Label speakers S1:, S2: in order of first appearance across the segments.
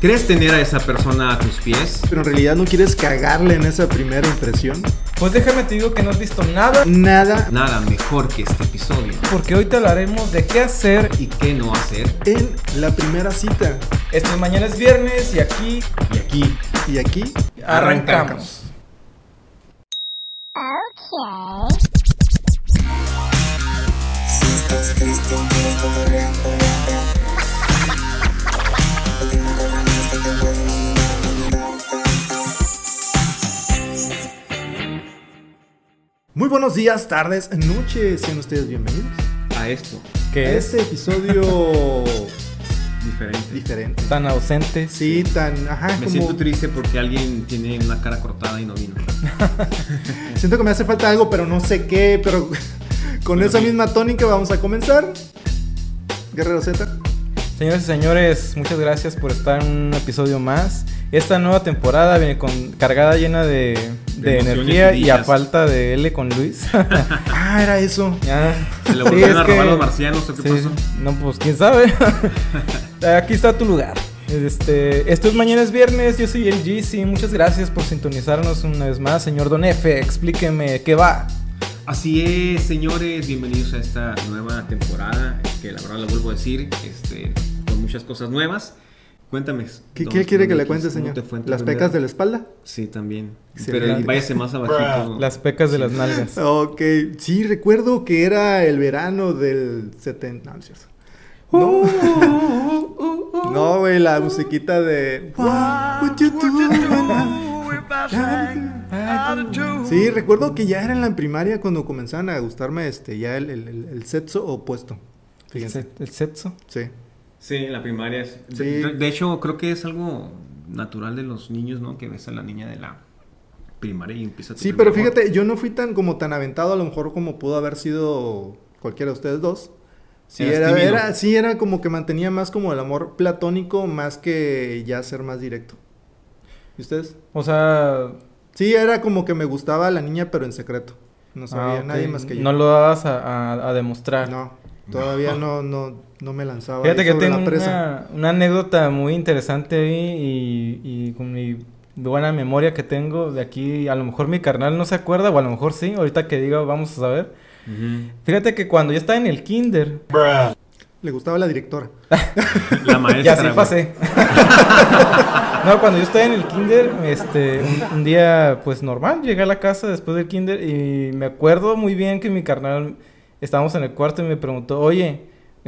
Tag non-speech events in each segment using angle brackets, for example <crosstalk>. S1: ¿Crees tener a esa persona a tus pies?
S2: Pero en realidad no quieres cagarle en esa primera impresión.
S3: Pues déjame te digo que no has visto nada.
S2: Nada
S1: Nada mejor que este episodio.
S3: Porque hoy te hablaremos de qué hacer.
S1: ¿Y qué no hacer?
S2: en la primera cita.
S3: Esto es este mañana es viernes y aquí
S1: Y aquí.
S2: Y aquí
S3: arrancamos.
S2: Muy buenos días, tardes, noches. Sean ustedes bienvenidos
S1: A esto.
S2: a
S3: Que es
S2: este episodio
S1: Diferente.
S2: diferente.
S3: tan ausente.
S2: Sí, tan. Ajá,
S1: Me
S2: como-
S1: siento triste porque alguien tiene una cara cortada y no vino.
S2: siento que me hace falta algo, pero no sé qué. Pero <laughs> con esa misma tónica vamos a comenzar. Guerrero Z.
S1: <laughs>
S3: Señores y señores, muchas gracias por estar en un episodio más. Esta nueva temporada viene con cargada llena de, de
S1: emociones
S3: energía y a
S1: dichas.
S3: falta de L con Luis. <laughs>
S2: Ah, era eso.
S3: Ya.
S1: Se le
S3: Sí,
S1: volvieron
S3: es
S1: a robar
S3: que-
S1: los marcianos o qué
S3: Sí,
S1: pasó.
S3: No, pues
S1: <laughs>
S3: quién sabe. Eh, Aquí está tu lugar. Este, esto es mañana es viernes, yo soy el GC, muchas gracias por sintonizarnos una vez más, señor Don F, explíqueme qué va.
S1: Así es, señores, bienvenidos a esta nueva temporada, que la verdad lo vuelvo a decir, este, con muchas cosas nuevas. Cuéntame.
S2: ¿Qué,
S1: don-
S2: qué quiere
S1: don
S2: que le
S1: X,
S2: cuente,
S1: ¿cómo
S2: señor?
S1: te fue en tu
S2: Las
S1: primera-
S2: pecas de la espalda.
S1: Sí, también.
S2: Excelente.
S1: Pero váyase más abajito.
S3: Las pecas de las nalgas.
S1: <laughs>
S2: Ok, sí, recuerdo que era el verano del 70. No, no es cierto. Uh, <laughs> No, no, güey, la musiquita de. uh, What you doing? <laughs> Sí, recuerdo que ya era en la primaria cuando comenzaban a gustarme este, ya el, el- el- el sexo opuesto.
S3: El
S2: Fíjense.
S3: se- el sexo.
S2: Sí.
S1: Sí, en la primaria es.
S2: Sí.
S1: De, de hecho, creo que es algo natural de los niños, ¿no? Que ves a la niña de la primaria y empieza tu
S2: Sí,
S1: primer
S2: pero
S1: amor.
S2: fíjate, yo no fui tan como tan aventado a lo mejor como pudo haber sido cualquiera de ustedes dos. Sí
S1: Eras
S2: era,
S1: tímido.
S2: era- sí, era como que mantenía más como el amor platónico más que ya ser más directo. ¿Y ustedes?
S3: O sea,
S2: Sí, era como que me gustaba la niña, pero en secreto. No sabía
S3: ah, ok,
S2: nadie más que yo.
S3: No lo dabas a, a- a demostrar.
S2: No, todavía no, no, no me lanzaba.
S3: Fíjate
S2: ahí
S3: que
S2: sobre
S3: tengo
S2: la presa.
S3: una, una anécdota muy interesante ahí y, y con mi buena memoria que tengo de aquí, a lo mejor mi carnal no se acuerda o a lo mejor sí, ahorita que diga vamos a saber.
S1: Ujú.
S3: Fíjate que cuando yo estaba en el kinder,
S2: Le gustaba la directora.
S3: <laughs>
S1: La maestra.
S3: y así
S1: güey.
S3: pasé. <laughs> no, cuando yo estaba en el kinder, este, un, un día pues normal, llegué a la casa después del kinder y me acuerdo muy bien que mi carnal, estábamos en el cuarto y me preguntó, oye,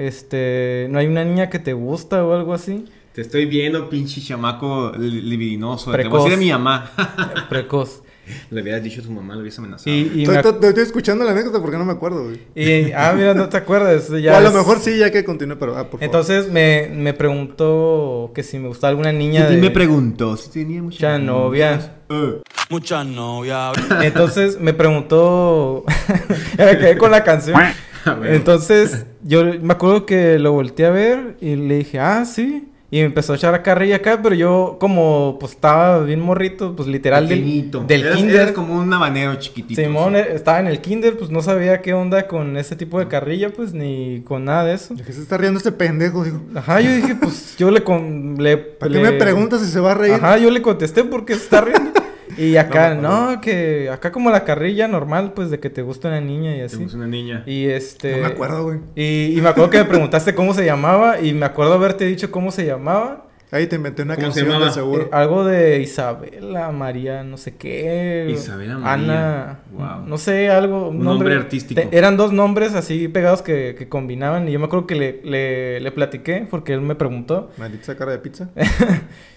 S3: este, ¿no hay una niña que te gusta o algo así?
S1: Te estoy viendo, pinche chamaco li- libidinoso. Te voy a
S3: Precoz.
S1: decir a mi mamá. <laughs>
S3: Precoz.
S1: le hubieras dicho a tu mamá, le hubieras amenazado.
S3: Y, y,
S2: Estoy,
S3: me ac-
S2: estoy- estoy escuchando la anécdota porque no me acuerdo, güey.
S3: y- ah, mira, no te acuerdas.
S2: O
S3: Ya
S2: a lo
S3: es-
S2: mejor sí, ya que continúe, pero... ah, por favor.
S3: Entonces me, me preguntó que si me gustaba alguna
S1: Y
S3: niña
S1: ti
S3: de
S1: me preguntó si tenía mucha
S3: mucha novia.
S1: Eh,
S4: Muchas novias.
S3: Entonces me preguntó. <laughs> ya me quedé con la
S2: <laughs>
S3: canción.
S1: a ver.
S3: Entonces yo me acuerdo que lo volteé a ver y le dije, ah, sí. Y me empezó a echar a carrilla acá, pero yo, como pues estaba bien morrito, pues literal del,
S1: Pequeñito.
S3: del
S1: Eras-
S3: kinder.
S1: eras como un habanero chiquitito.
S3: Simón
S1: sí. Ah.
S3: eh, estaba en el kinder, pues no sabía qué onda con ese tipo de carrilla, pues ni con nada de eso.
S2: ¿De qué se está riendo este pendejo? Digo,
S3: Ajá, yo dije, pues yo le. Con, le
S2: ¿Para qué
S3: le-
S2: me preguntas si se va a reír?
S3: Ajá, yo le contesté porque se está riendo. Y acá,
S2: No,
S3: no, que acá como la carrilla normal, pues de que te gusta una niña y
S1: Te
S3: así.
S1: gusta una niña.
S3: Y este.
S2: No me acuerdo, güey.
S3: Y, y me acuerdo que me preguntaste cómo se llamaba y me acuerdo haberte dicho cómo se llamaba.
S2: Ahí te inventé una
S1: ¿Cómo se
S2: canción de
S1: llamaba?
S2: seguro.
S3: Eh, algo de Isabela María, no sé qué.
S1: Isabela
S3: Ana.
S1: María, wow.
S3: No sé, algo.
S1: Un nombre artístico.
S3: Te- eran dos nombres así pegados que, que combinaban. Y yo me acuerdo que le, le, le platiqué porque él me preguntó.
S2: Maldita cara
S1: <laughs>
S2: de pizza.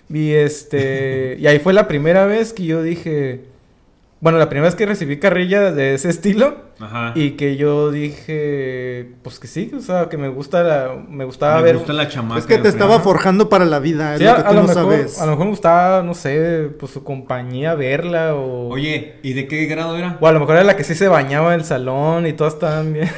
S3: Y este. y ahí fue la primera vez que yo dije. Bueno, la primera vez que recibí carrilla de ese estilo.
S1: Ajá.
S3: Y que yo dije. Pues que sí, o sea, que me gusta la. Me gustaba
S1: me
S3: ver.
S1: gusta la chamaca.
S2: es que te
S1: de
S2: estaba
S1: frente.
S2: forjando para la vida, es
S3: Sí,
S2: lo
S3: a,
S2: que
S3: a
S2: tú
S3: lo
S2: no
S3: mejor,
S2: sabes.
S3: a lo mejor me gustaba, no sé, pues su compañía, verla o.
S1: Oye, ¿y de qué grado era?
S3: O a lo mejor era la que sí se bañaba en el salón y todas estaban bien.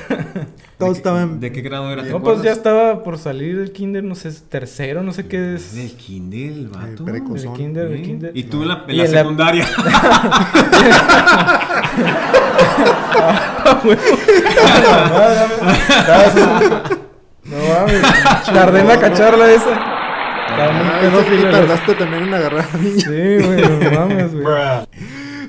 S2: Todos
S1: ¿De qué-
S2: estaban.
S1: ¿De qué grado era? ¿Te
S3: no, pues ya
S1: acuerdas?
S3: estaba por salir del kinder, no sé, tercero, no sé qué es.
S1: Del kinder, el vato.
S2: precoz.
S3: Del
S2: Son-
S3: kinder, del
S1: ¿Eh?
S3: kinder.
S1: Y tú en la, en
S3: Y
S1: la
S3: en la- <laughs>
S1: secundaria. <laughs>
S3: No Ah, mames. Tardé en la cacharla esa. Estaba muy
S2: Ay, sé que
S3: pedófilo.
S2: tardaste también en agarrar a la
S3: <laughs>
S2: niña.
S3: Sí, güey, no mames, güey.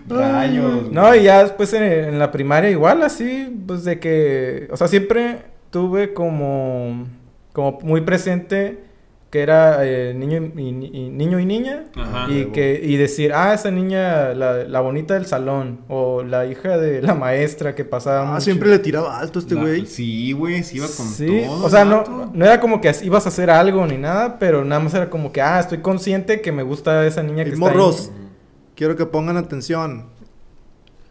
S4: Rayos.
S3: No, y ya después en, en la primaria igual, así, pues de que, o sea, siempre tuve como, como muy presente que era eh, niño, y, y- y- niño y niña
S1: Ajá.
S3: y que y decir, ah, esa niña, la, la bonita del salón o la hija de la maestra que pasaba
S2: Ah,
S3: mucho.
S2: siempre le tiraba alto este
S4: La-
S2: güey.
S4: Sí, güey, se iba con
S3: Sí,
S4: todo.
S3: o sea,
S4: el
S3: no,
S4: vato.
S3: no era como que as- ibas a hacer algo ni nada, pero nada más era como que, ah, estoy consciente que me gusta esa niña que
S2: Y
S3: está ahí".
S2: morros, quiero que pongan atención.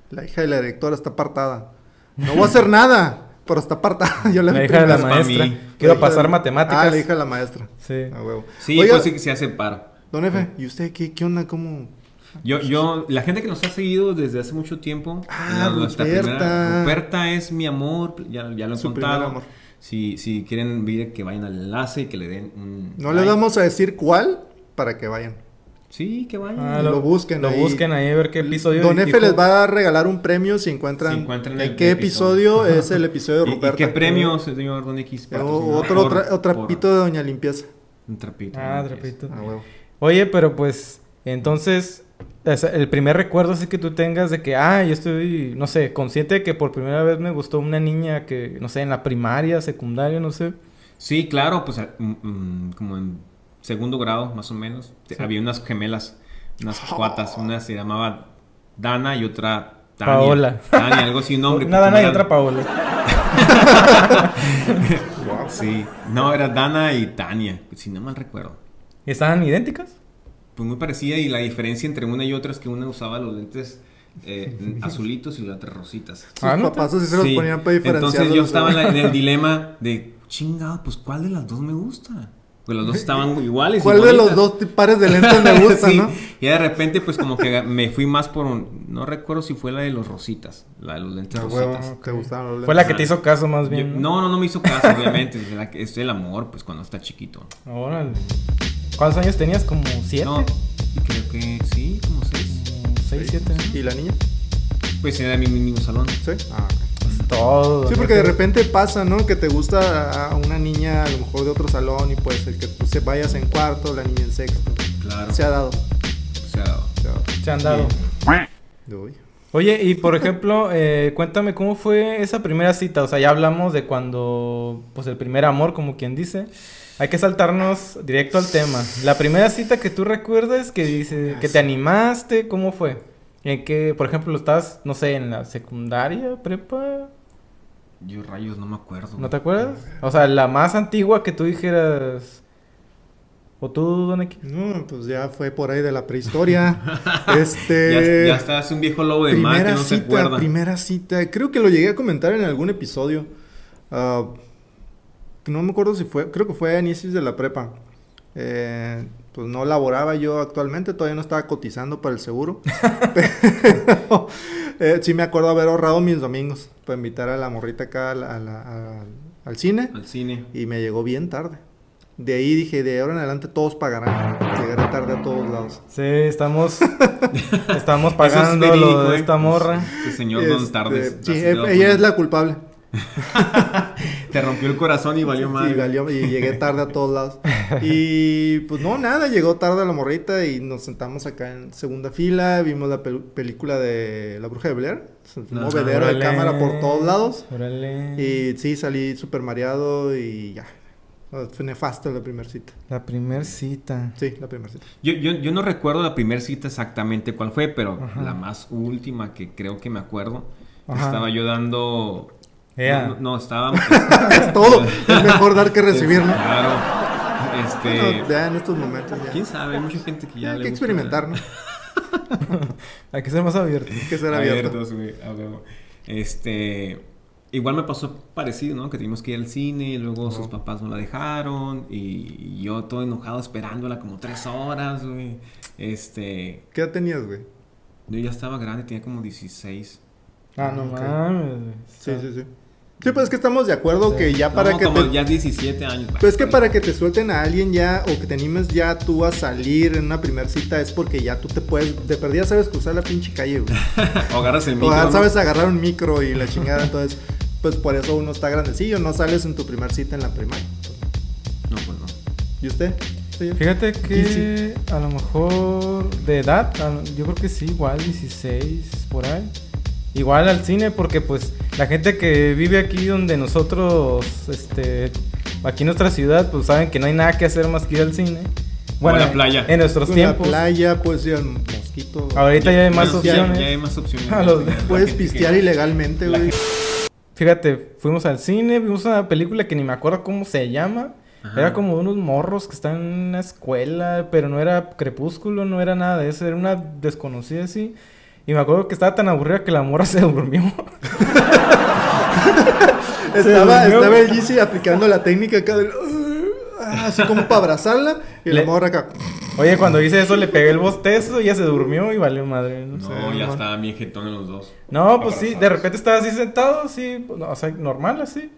S2: La hija de la directora está apartada. No voy a
S3: <laughs>
S2: hacer nada, pero está apartada. <laughs> Yo la
S3: La
S2: vi
S3: hija de la
S2: primero.
S4: primeras pa'
S3: maestra.
S4: mí.
S3: Quiero
S2: La hija
S3: pasar
S2: de la-
S3: matemáticas.
S2: Ah, la hija Ah, de la maestra.
S3: Sí.
S2: A huevo.
S1: Sí,
S2: Oiga,
S1: pues sí que se hace paro.
S2: don Efe, ¿y usted qué, qué onda? ¿Cómo?
S1: Yo, yo, la gente que nos ha seguido desde hace mucho tiempo.
S2: Ah,
S1: la- nuestra
S2: Ruperta.
S1: primera- Ruperta es mi amor, ya, ya lo he
S2: Su primer
S1: contado.
S2: amor.
S1: Si, si quieren ver que vayan al enlace y que le den un.
S2: No le
S1: like.
S2: vamos a decir cuál para que vayan.
S1: Sí, que vayan.
S3: Ah,
S2: lo busquen
S3: Lo
S2: ahí.
S3: busquen ahí a ver qué episodio.
S2: Don
S3: y-
S2: Efe
S3: dijo-
S2: les va a regalar un premio si encuentran,
S1: Si encuentran
S2: en
S1: el
S2: qué
S1: episodio.
S2: episodio es el episodio
S1: <laughs>
S2: de
S1: ¿Y- ¿Y,
S2: Ruperta.
S1: qué premios, señor Don X?
S2: O-
S1: patrocinador?
S2: otro
S1: Por-
S2: tra- o trapito
S1: por-
S2: de Doña Limpieza.
S1: Un trapito.
S3: Ah,
S1: ¿no?
S3: trapito.
S2: A huevo.
S3: Oye, pero pues, entonces, o sea, el primer recuerdo así que tú tengas de que, ah, yo estoy, no sé, consciente de que por primera vez me gustó una niña que, no sé, en la primaria, secundaria, no sé.
S1: Sí, claro, pues a- mm, mm, como en segundo grado, más o menos. te-
S3: Sí. Oh.
S1: Había unas gemelas, unas cuatas. Una se llamaba Dana y otra Tania.
S3: Paola.
S1: Tania, algo
S3: <laughs>
S1: sin nombre.
S3: Una Dana
S1: porque
S3: y
S1: eran-
S3: otra Paola.
S1: Sí, no, era Dana y Tania, si no mal recuerdo.
S3: ¿Y ¿Estaban idénticas?
S1: Pues muy parecida y la diferencia entre una y otra es que una usaba los lentes eh,
S3: <laughs>
S1: azulitos y la otra rositas.
S2: Sus
S3: Ah, ¿no?
S2: papás así se los
S1: Sí,
S2: ponían para diferenciarlos.
S1: Entonces yo estaba en,
S2: ¿no?
S1: la- en
S2: <laughs>
S1: el dilema de, chingado, pues ¿cuál de las dos me gusta? Pues las dos
S2: <laughs>
S1: estaban iguales. y
S2: ¿Cuál de los
S1: bonitas.
S2: dos pares de lentes Pues
S1: <laughs>
S2: me gusta,
S1: Sí,
S2: no?
S1: Y de repente, pues como que me fui más por un. No recuerdo si fue la de los rositas. La de los lentes
S2: A
S1: rositas.
S2: Ah, huevo, te gustaron los
S3: Fue la
S2: lentes.
S3: que te hizo caso más
S1: Yo-
S3: bien.
S1: no, no, no me hizo
S2: <laughs>
S1: caso, obviamente. Es la que- Es el amor, pues cuando está chiquito.
S3: Órale. ¿Cuántos años tenías? ¿Como siete?
S1: No, creo que sí, como seis.
S3: Como ¿Seis, siete?
S2: ¿Y la niña?
S1: Pues era mi mismo salón.
S2: Sí. Ah, ok.
S3: Pues todo.
S2: Sí,
S3: ¿no?
S2: porque de repente pasa, ¿no? Que te gusta a una niña a lo mejor de otro salón y pues el que tú se vayas en cuarto, la niña en sexto.
S1: Claro.
S2: Se ha dado.
S1: o sea,
S2: Se ha dado.
S3: Se han dado.
S2: Uy.
S3: Oye, y por ejemplo, eh, cuéntame cómo fue esa primera cita. O sea, ya hablamos de cuando, pues el primer amor, como quien dice. Hay que saltarnos directo al tema. La primera cita que tú recuerdas que dice, que te animaste, ¿cómo fue? En que, por ejemplo, estabas, no sé, en la secundaria, prepa,
S1: yo rayos no me acuerdo.
S3: ¿no te acuerdas? O sea, la más antigua que tú dijeras. O tú, Don X.
S2: No, pues ya fue por ahí de
S1: <laughs>
S2: la prehistoria.
S1: Ya,
S2: este.
S1: ya estás un viejo lobo de mar que
S2: primera
S1: no se
S2: cita,
S1: acuerda.
S2: primera cita. Creo que lo llegué a comentar en algún episodio. Ah, no me acuerdo si fue, creo que fue a inicios de la prepa. Eh, pues no laboraba yo actualmente, todavía no estaba cotizando para
S1: <laughs>
S2: el seguro. pero eh, sí me acuerdo haber ahorrado mis domingos para invitar a la morrita acá a la- a la- a- al cine
S1: Al cine.
S2: y me llegó bien tarde. De ahí dije, de ahora en adelante todos pagarán. Llegaré tarde a todos lados. <laughs>
S3: Sí, estamos. estamos
S1: Eso es
S3: pagando
S1: verídico,
S3: lo de
S1: ¿eh?
S3: esta morra.
S1: Este señor Don
S2: Este,
S1: Tardes.
S2: Sí,
S1: así
S2: e-
S1: te voy a
S2: ella es
S1: poner.
S2: la culpable.
S1: Te rompió el corazón y valió
S2: Y,
S1: mal.
S2: valió- y llegué tarde a todos lados.
S1: <laughs>
S2: Y pues no, nada, llegó tarde a la morrita y nos sentamos acá en segunda fila, vimos la pel- película de La Bruja de Blair, se fue un
S1: Ajá,
S2: movedero de
S3: Órale.
S2: cámara por todos lados.
S3: Órale.
S2: Y sí, salí súper mareado y ya. No, Fue nefasta la primera cita.
S3: La primer cita.
S2: Sí, la
S1: <laughs>
S2: primera cita.
S1: Yo, yo, yo no recuerdo la primera cita exactamente cuál fue, pero
S3: Ajá.
S1: la más última que creo que me acuerdo.
S3: Ajá.
S1: Estaba yo dando.
S3: Ea.
S1: No, no,
S2: <laughs>
S1: estábamos.
S2: es todo. Es mejor dar que recibir, ¿no?
S1: Claro. Este.
S2: Bueno, ya en estos momentos ya.
S1: ¿Quién sabe? Hay mucha gente que ya.
S2: Hay
S1: le
S2: que
S1: gusta <laughs>
S2: experimentar, ¿no?
S3: Hay que ser más abierto.
S2: Hay que ser abierto.
S1: Abiertos, güey, a huevo. Este. Igual me pasó parecido, ¿no? Que tuvimos que ir al cine, luego sus papás no la dejaron y yo todo enojado esperándola como tres horas, güey. Este.
S2: ¿Qué edad tenías, güey?
S1: Yo ya estaba grande, tenía como 16.
S3: Ah, no
S2: Ok.
S3: mames. güey.
S2: Sí, sí, sí. Sí, pues es que estamos de acuerdo que ya para
S1: Ah. No,
S2: que
S1: como
S2: te
S1: ya 17 años.
S2: Pues es que para que te suelten a alguien ya o que te animes ya tú a salir en una primera cita es porque ya tú te puedes, de perdida sabes cruzar la pinche calle,
S3: <laughs>
S2: güey.
S1: <laughs> O agarras el
S2: O
S1: micro.
S2: ya
S1: ¿no?
S2: sabes agarrar un micro y la chingada, entonces, pues por eso uno está grandecillo, no sales en tu primera cita en la primaria.
S1: No, pues no.
S2: ¿Y usted? Sí.
S3: Fíjate que
S2: Sí,
S3: a lo mejor de edad, a- yo creo que sí, igual 16 por ahí. Igual al cine porque pues la gente que vive aquí donde nosotros, este, aquí en nuestra ciudad, pues saben que no hay nada que hacer más que ir al cine.
S1: a la playa.
S3: En nuestros
S2: Con
S3: tiempos.
S2: La playa, puedes ir al mosquito.
S3: Ahorita ya hay más
S1: Bueno, ya-
S3: opciones.
S1: Ya, hay más opciones.
S3: A los-
S2: Ah, Puedes pistear
S1: y
S2: ilegalmente,
S1: la
S2: güey.
S3: Fíjate, fuimos al cine, vimos una película que ni me acuerdo cómo se llama.
S1: Ajá.
S3: Era como de unos morros que están en una escuela, pero no era crepúsculo, no era nada de eso, era una desconocida así. Y me acuerdo que estaba tan aburrida que la morra <laughs> se durmió.
S2: Estaba,
S3: durmió.
S2: estaba el GC aplicando la técnica acá del. ah, Así como para abrazarla y
S3: Le-
S2: la morra acá.
S3: Oye, cuando hice eso le pegué el bostezo, ella se durmió y valió madre. No,
S1: No,
S2: Sí,
S1: ya
S2: no.
S1: estaban bien jetones los dos.
S3: No, pues sí, de
S1: Abrazados.
S3: repente estaba así sentado, así, pues, no, o sea, normal así.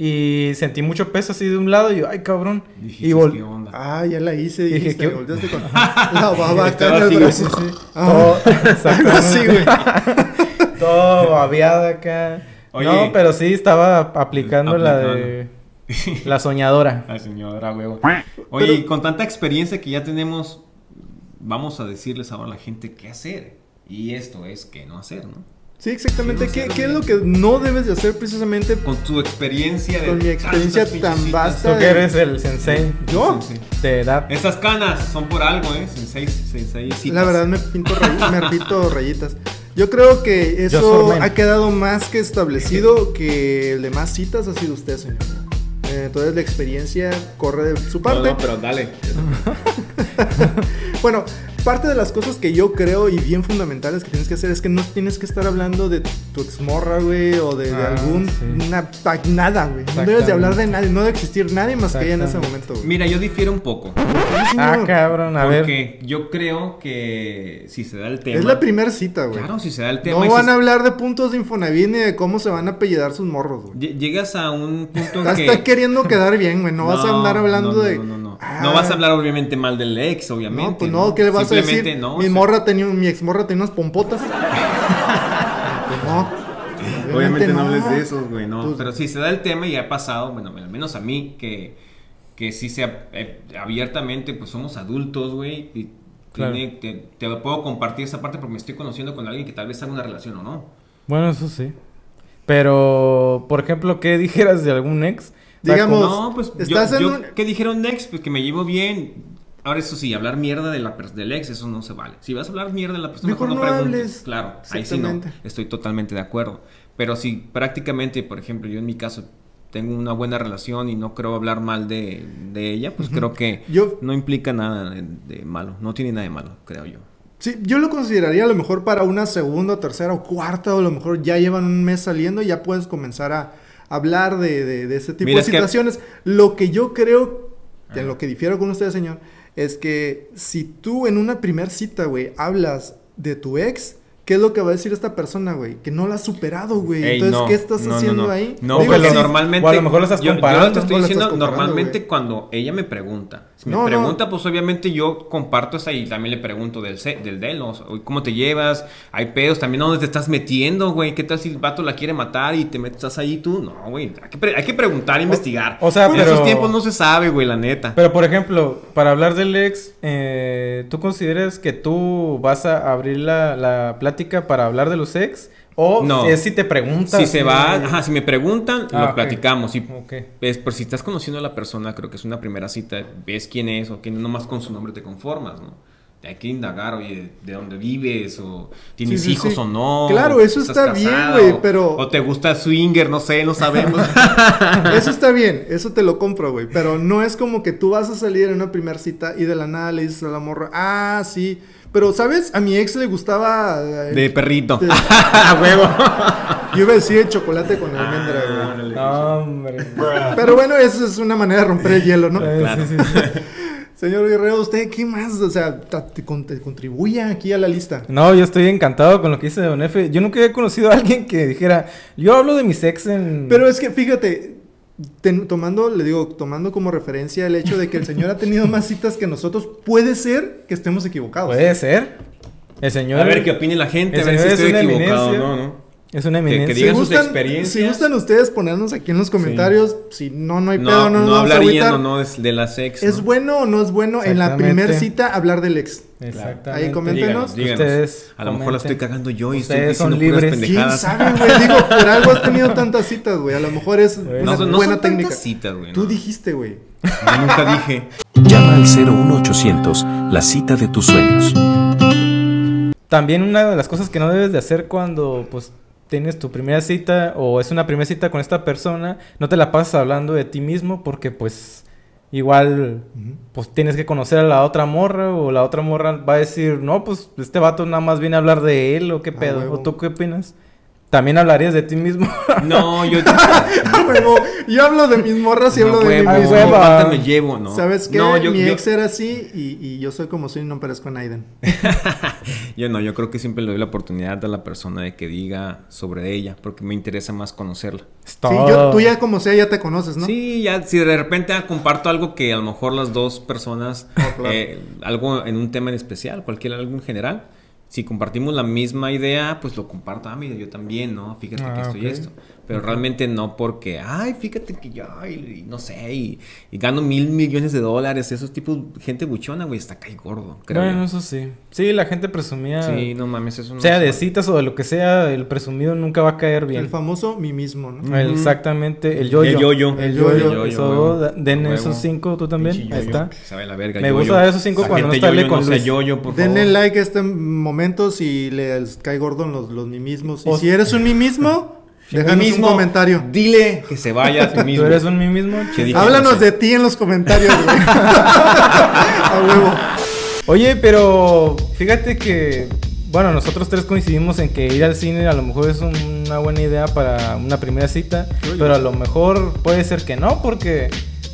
S3: Y sentí mucho peso así de un lado y yo, ay cabrón.
S1: Dijiste,
S3: Y vol
S1: ¿qué onda? <laughs>
S2: Ah, ya la hice.
S3: Dije,
S2: Dijiste,
S3: ¿qué-
S2: volteaste con la baba acá
S1: Estaba
S2: en el
S1: así,
S2: brazo.
S1: güey.
S3: <laughs>
S2: Ah,
S3: Todo- exactamente.
S2: así, güey.
S3: Todo babeado acá.
S1: Oye.
S3: no, pero sí estaba aplicando la de la soñadora.
S1: La señora, huevo. Oye, y con tanta experiencia que ya tenemos, vamos a decirles ahora a la gente qué hacer. Y esto es qué no hacer, ¿no?
S2: Sí, exactamente.
S1: Quiero
S2: ¿Qué,
S1: hacer
S2: qué es
S1: bien.
S2: lo que no debes de hacer precisamente?
S1: Con tu experiencia de
S2: Con mi experiencia
S1: tantas
S2: tan
S1: pinches
S2: vasta.
S3: Tú que eres el sensei
S2: ¿Yo?
S1: Sí, sí.
S3: de edad.
S1: Esas canas son por algo, ¿eh? Sensei, sensei, citas.
S2: La verdad me pinto ray- me repito rayitas. Yo creo que
S3: Yo soy
S2: eso
S3: men.
S2: ha quedado más que establecido que el de más citas ha sido usted, señor. Eh, Entonces la experiencia corre de su
S1: No,
S2: parte.
S1: no, pero dale.
S2: Bueno, parte de las cosas que yo creo y bien fundamentales que tienes que hacer es que no tienes que estar hablando de tu exmorra, güey, o de, de
S3: Ah,
S2: algún
S3: sí.
S2: una pa- nada, güey. No debes de hablar de nadie, no debe existir nadie más que ella en ese
S3: Exactamente.
S2: momento, güey.
S1: Mira, yo difiero un poco.
S2: Sí,
S3: Ah,
S2: señor.
S3: cabrón, a ver.
S1: porque yo creo que si se da el tema.
S2: es la primera cita, güey.
S1: Claro, si se da el tema.
S2: No
S1: y si
S2: van a hablar de puntos de Infonavit ni de cómo se van a apellidar sus morros, güey.
S1: lle- Llegas a un punto
S2: Estás
S1: que.
S2: estás queriendo quedar bien, güey. No, vas a andar hablando
S1: no,
S2: de.
S1: No, no, no.
S2: Ah,
S1: No vas a hablar obviamente mal del ex, obviamente.
S2: No, pues no, ¿qué le vas a
S1: Simplemente
S2: decir?
S1: no.
S2: mi
S1: o sea,
S2: morra tenía, un- mi ex morra tenía unas
S1: <laughs>
S2: pompotas. Pues no.
S1: Obviamente no hables de esos, güey, no.
S2: Pues-
S1: Pero si se da el tema y ha pasado, bueno, al menos a mí, que, que sí sea eh, abiertamente, pues somos adultos, güey, y
S3: Claro.
S1: tiene- te, te puedo compartir esa parte porque me estoy conociendo con alguien que tal vez haga una relación o no.
S3: Bueno, eso sí. Pero, por ejemplo, ¿qué dijeras de algún ex? O sea,
S2: Digamos-
S3: como-
S1: No, pues
S2: estás
S1: yo,
S2: en
S1: yo-
S2: un-
S1: ¿qué dijeron next? Pues que me llevo bien. Ahora eso sí, hablar mierda de la pers- del ex, eso no se vale. Si vas a hablar mierda de la persona,
S2: Mejor
S1: mejor, no
S2: no
S1: preguntes.
S2: hables.
S1: Claro, ahí sí no.
S2: Exactamente.
S1: Estoy totalmente de acuerdo. Pero si prácticamente, por ejemplo, yo en mi caso tengo una buena relación y no creo hablar mal de, de ella, pues creo que
S2: Yo-
S1: no implica nada de, de malo. No tiene nada de malo, creo yo.
S2: Sí, yo lo consideraría a lo mejor para una segunda, tercera o cuarta, o a lo mejor ya llevan un mes saliendo y ya puedes comenzar a hablar de, de- de ese tipo
S1: Mira,
S2: de
S1: es que-
S2: situaciones. Lo que yo creo, en lo que difiero con usted, señor, es que si tú en una primer cita, güey, hablas de tu ex, ¿qué es lo que va a decir esta persona, güey? Que no la has superado, güey.
S1: Ey,
S2: Entonces,
S1: no,
S2: ¿qué estás
S1: no, no,
S2: haciendo
S1: no.
S2: ahí?
S1: No, pues
S2: Digo,
S3: pero
S1: porque
S2: sí,
S1: normalmente.
S3: o a lo mejor lo estás
S1: yo- Yo, te
S3: comparando,
S1: estoy
S2: o lo estás
S1: diciendo,
S2: comparando,
S1: normalmente
S2: güey.
S1: cuando ella me pregunta. Si me
S2: No, no.
S1: pregunta, pues obviamente yo comparto esa y también le pregunto del, se- del de él, ¿no? O sea, ¿Cómo te llevas? ¿Hay pedos? También, ¿a ¿dónde te estás metiendo, güey? ¿Qué tal si el vato la quiere matar y te metes ahí tú? No, güey. Hay que, pre- hay que preguntar, investigar.
S3: o sea,
S1: en
S3: pero-
S1: esos tiempos no se sabe, güey, la neta.
S3: Pero, por ejemplo, para hablar del ex, eh, ¿tú consideras que tú vas a abrir la, la plática para hablar de los ex? ¿O
S1: No.
S3: es si te preguntas?
S1: si se va,
S3: ¿no?
S1: ajá, si me preguntan,
S3: Ah,
S1: lo
S3: ok.
S1: platicamos. Si
S3: Ok.
S1: Es por si estás conociendo a la persona, creo que es una primera cita, ves quién es o quién nomás con su nombre te conformas, ¿no? Hay que indagar, oye, de dónde vives o tienes
S2: Sí, sí,
S1: hijos
S2: sí.
S1: o no.
S2: Claro,
S1: o
S2: eso
S1: estás
S2: está bien,
S1: casada,
S2: güey,
S1: o-
S2: pero-
S1: O te gusta swinger, no sé, no
S2: <laughs>
S1: sabemos. <laughs>
S2: Eso está bien, eso te lo compro, güey. Pero no es como que tú vas a salir en una primera cita y de la nada le dices a la morra, ah, sí. Pero, ¿sabes? A mi ex le gustaba. eh,
S1: de perrito.
S2: Te-
S1: <laughs> ¡A huevo!
S2: Yo iba a decir el chocolate con almendra,
S1: Ah,
S2: güey.
S1: órale.
S3: No, hombre.
S2: Pero bueno, eso es una manera de romper el hielo, ¿no?
S3: Eh,
S1: Claro.
S3: sí, sí, sí.
S2: Señor Guerrero, ¿usted qué más? O sea, ta- te con- te contribuye aquí a la lista.
S3: No, yo estoy encantado con lo que dice Don Efe. Yo nunca he conocido a alguien que dijera, yo hablo de mis ex en...
S2: Pero es que, fíjate, ten- tomando, le digo, tomando como referencia el hecho de que el señor ha tenido más citas que nosotros, puede ser que estemos equivocados.
S3: Puede ser. El señor...
S1: A ver qué opine la gente, a
S3: El
S1: ver si
S3: señor es
S1: estoy
S3: una
S1: equivocado o
S3: eminencia.
S1: no, ¿no?
S3: Es una
S1: que
S3: eminencia.
S1: diga- Digan sus experiencias.
S2: Si gustan ustedes ponernos aquí en los comentarios, si no, no hay
S1: No, no,
S2: pedo, no, nos vamos a
S1: hablarían
S2: agüitar.
S1: o no es de la sex.
S2: ¿Es
S1: ¿no?
S2: bueno o no es bueno en la
S3: Exactamente.
S2: primera cita hablar del ex?
S3: Exactamente.
S2: Ahí
S1: Díganos,
S2: coméntenos.
S1: díganos.
S3: Ustedes
S1: A lo mejor la estoy
S3: comenten.
S1: cagando yo y estoy
S3: Ustedes
S1: diciendo
S3: son
S1: puras
S3: libres.
S2: ¿Quién
S1: pendejadas.
S2: sabe, güey? Digo, por algo has tenido tantas citas, güey. A lo mejor es
S3: No,
S1: No,
S2: una
S1: son- no
S2: buena
S1: son
S2: técnica.
S1: tantas citas, güey.
S2: Tú
S1: no.
S2: dijiste, güey. <laughs>
S1: Yo nunca dije.
S5: Llama al 01800, la cita de tus sueños.
S3: También una de las cosas que no debes de hacer cuando pues tienes tu primera cita o es una primera cita con esta persona, no te la pasas hablando de ti mismo porque pues igual pues tienes que conocer a la otra morra o la otra morra va a decir, "No, pues este vato nada más viene a hablar de él o qué
S2: Ah,
S3: pedo."
S2: huevo.
S3: ¿O tú qué opinas? También hablarías de ti mismo. <laughs>
S1: No,
S2: <laughs>
S1: yo.
S2: Ah, huevo, Yo hablo de mis morras y
S1: no,
S2: hablo de
S1: huevo,
S2: mí
S3: Ay,
S2: mismo.
S3: huevo.
S1: ¿cuántas me llevo, no?
S2: ¿Sabes qué?
S1: No, yo,
S2: Mi
S1: yo-
S2: ex era así y, y yo soy como soy y no parezco a Naiden.
S1: yo no, yo creo que siempre le doy la oportunidad a la persona de que diga sobre ella, porque me interesa más conocerla.
S3: Es
S2: Sí, yo,
S3: todo.
S2: tú ya como sea ya te conoces, ¿no?
S1: Sí, ya si de repente ah, comparto algo que a lo mejor las dos personas,
S2: Ah, claro.
S1: eh, algo en un tema en especial, cualquier algo en general, si compartimos la misma idea, pues lo comparto. Ah, mira, yo también, ¿no? Fíjate que
S3: Ah,
S1: esto y
S3: ok.
S1: esto. Pero realmente no porque, ay, fíjate que yo, y- y no sé, y, y gano mil millones de dólares. Esos tipos, gente buchona, güey, está cae gordo, creo.
S3: Bueno,
S1: yo.
S3: eso sí. Sí, la gente presumía
S1: Sí, no mames, eso no
S3: sea
S1: se
S3: de
S1: vale.
S3: citas o de lo que sea, el presumido nunca va a caer bien.
S2: El famoso mí mismo, ¿no?
S3: El-
S1: Ujú.
S3: Exactamente, el
S1: El
S3: yo-yo.
S1: yo-yo.
S2: El
S3: yo-yo.
S2: yo-yo,
S3: Eso,
S1: huevo.
S3: da- den
S1: Huevo.
S3: esos cinco tú también.
S1: Pinche
S3: Ahí
S1: yo-yo.
S3: está.
S1: Sabe la verga,
S3: Me
S1: yo-yo.
S3: gusta dar esos cinco
S1: La
S3: cuando no
S1: gente
S3: está
S1: yo-yo,
S3: con
S1: no sea
S3: Luis.
S1: yo-yo, por favor.
S2: Denle like a este momento si les cae gordo en los, los mimismos. Y
S3: O-
S2: si eres un
S3: <laughs>
S2: mimismo, déjanos un comentario.
S1: Dile que se vaya a ti mismo.
S3: Tú eres un mí mismo.
S1: Que diga, no
S2: Háblanos
S1: sé.
S2: de ti en los comentarios,
S3: <laughs>
S2: güey. a huevo.
S3: Oye, pero fíjate que, bueno, nosotros tres coincidimos en que ir al cine a lo mejor es un- una buena idea para una primera cita, pero a lo mejor puede ser que no, porque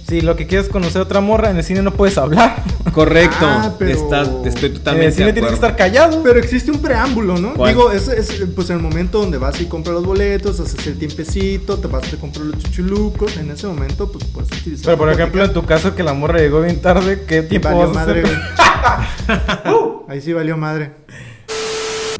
S3: si lo que quieres es conocer a otra morra, en el cine no puedes hablar.
S1: Correcto.
S2: Ah, pero-
S1: Estás- estoy
S3: En
S1: totalmente
S3: el cine
S1: de
S3: Eh, tienes que
S1: acuerdo.
S3: estar callado.
S2: Pero existe un preámbulo, ¿no?
S1: ¿Cuál?
S2: Digo, es, es, pues el momento donde vas y compras los boletos, haces el tiempecito, te vas a comprar los chuchulucos. En ese momento, pues puedes utilizar.
S3: Pero por
S2: la
S3: ejemplo, en
S2: plática.
S3: tu caso que la morra llegó bien tarde, ¿qué tiempo
S2: Valió
S3: vas a
S2: madre, güey.
S3: hacer? <laughs>
S2: Ahí sí valió madre.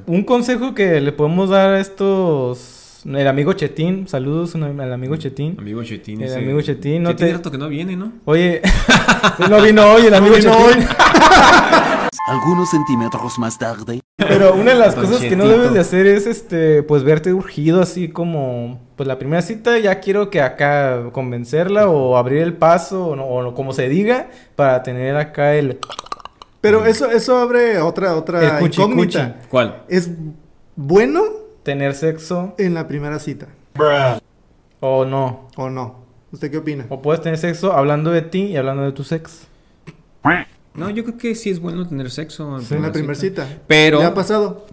S3: Un consejo que le podemos dar a estos. El amigo Chetín, saludos un- al amigo Chetín.
S1: Amigo Chetín.
S3: El
S1: ese-
S3: amigo Chetín, no
S1: que tiene
S3: te-
S1: rato que no viene, ¿no?
S3: Oye, <laughs> no vino hoy el amigo
S2: vino
S3: Chetín. <laughs>
S5: Algunos centímetros más tarde.
S3: Pero una de las
S1: Don
S3: cosas que no
S1: Chetito.
S3: debes de hacer es este, pues verte urgido así como, pues la primera cita ya quiero que acá convencerla o abrir el paso o, no- o como se diga para tener acá el...
S2: Pero eso, eso abre otra, otra
S3: El cuchi,
S2: incógnita.
S1: ¿Cuál?
S2: Es bueno
S3: tener sexo
S2: en la primera cita.
S3: o no.
S2: ¿O no? ¿Usted qué opina?
S3: O puedes tener sexo hablando de ti y hablando de tu sexo.
S1: No, yo creo que sí es bueno tener sexo.
S3: Sí.
S2: En la primera cita.
S1: Pero-
S2: ¿Ya ha pasado?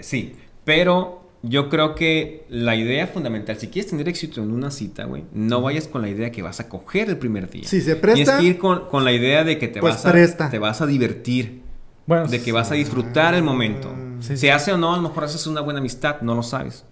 S1: Sí, pero yo creo que la idea fundamental, si quieres tener éxito en una cita, güey, no vayas con la idea que vas a coger el primer día.
S2: Si se presta,
S1: Tienes que ir con, con la idea de que te,
S2: pues
S1: vas a,
S2: presta.
S1: te vas a divertir,
S3: Bueno,
S1: de que vas a disfrutar el momento.
S2: Ah.
S3: Sí, sí.
S1: Se hace o no, a lo mejor haces una buena amistad, no lo sabes.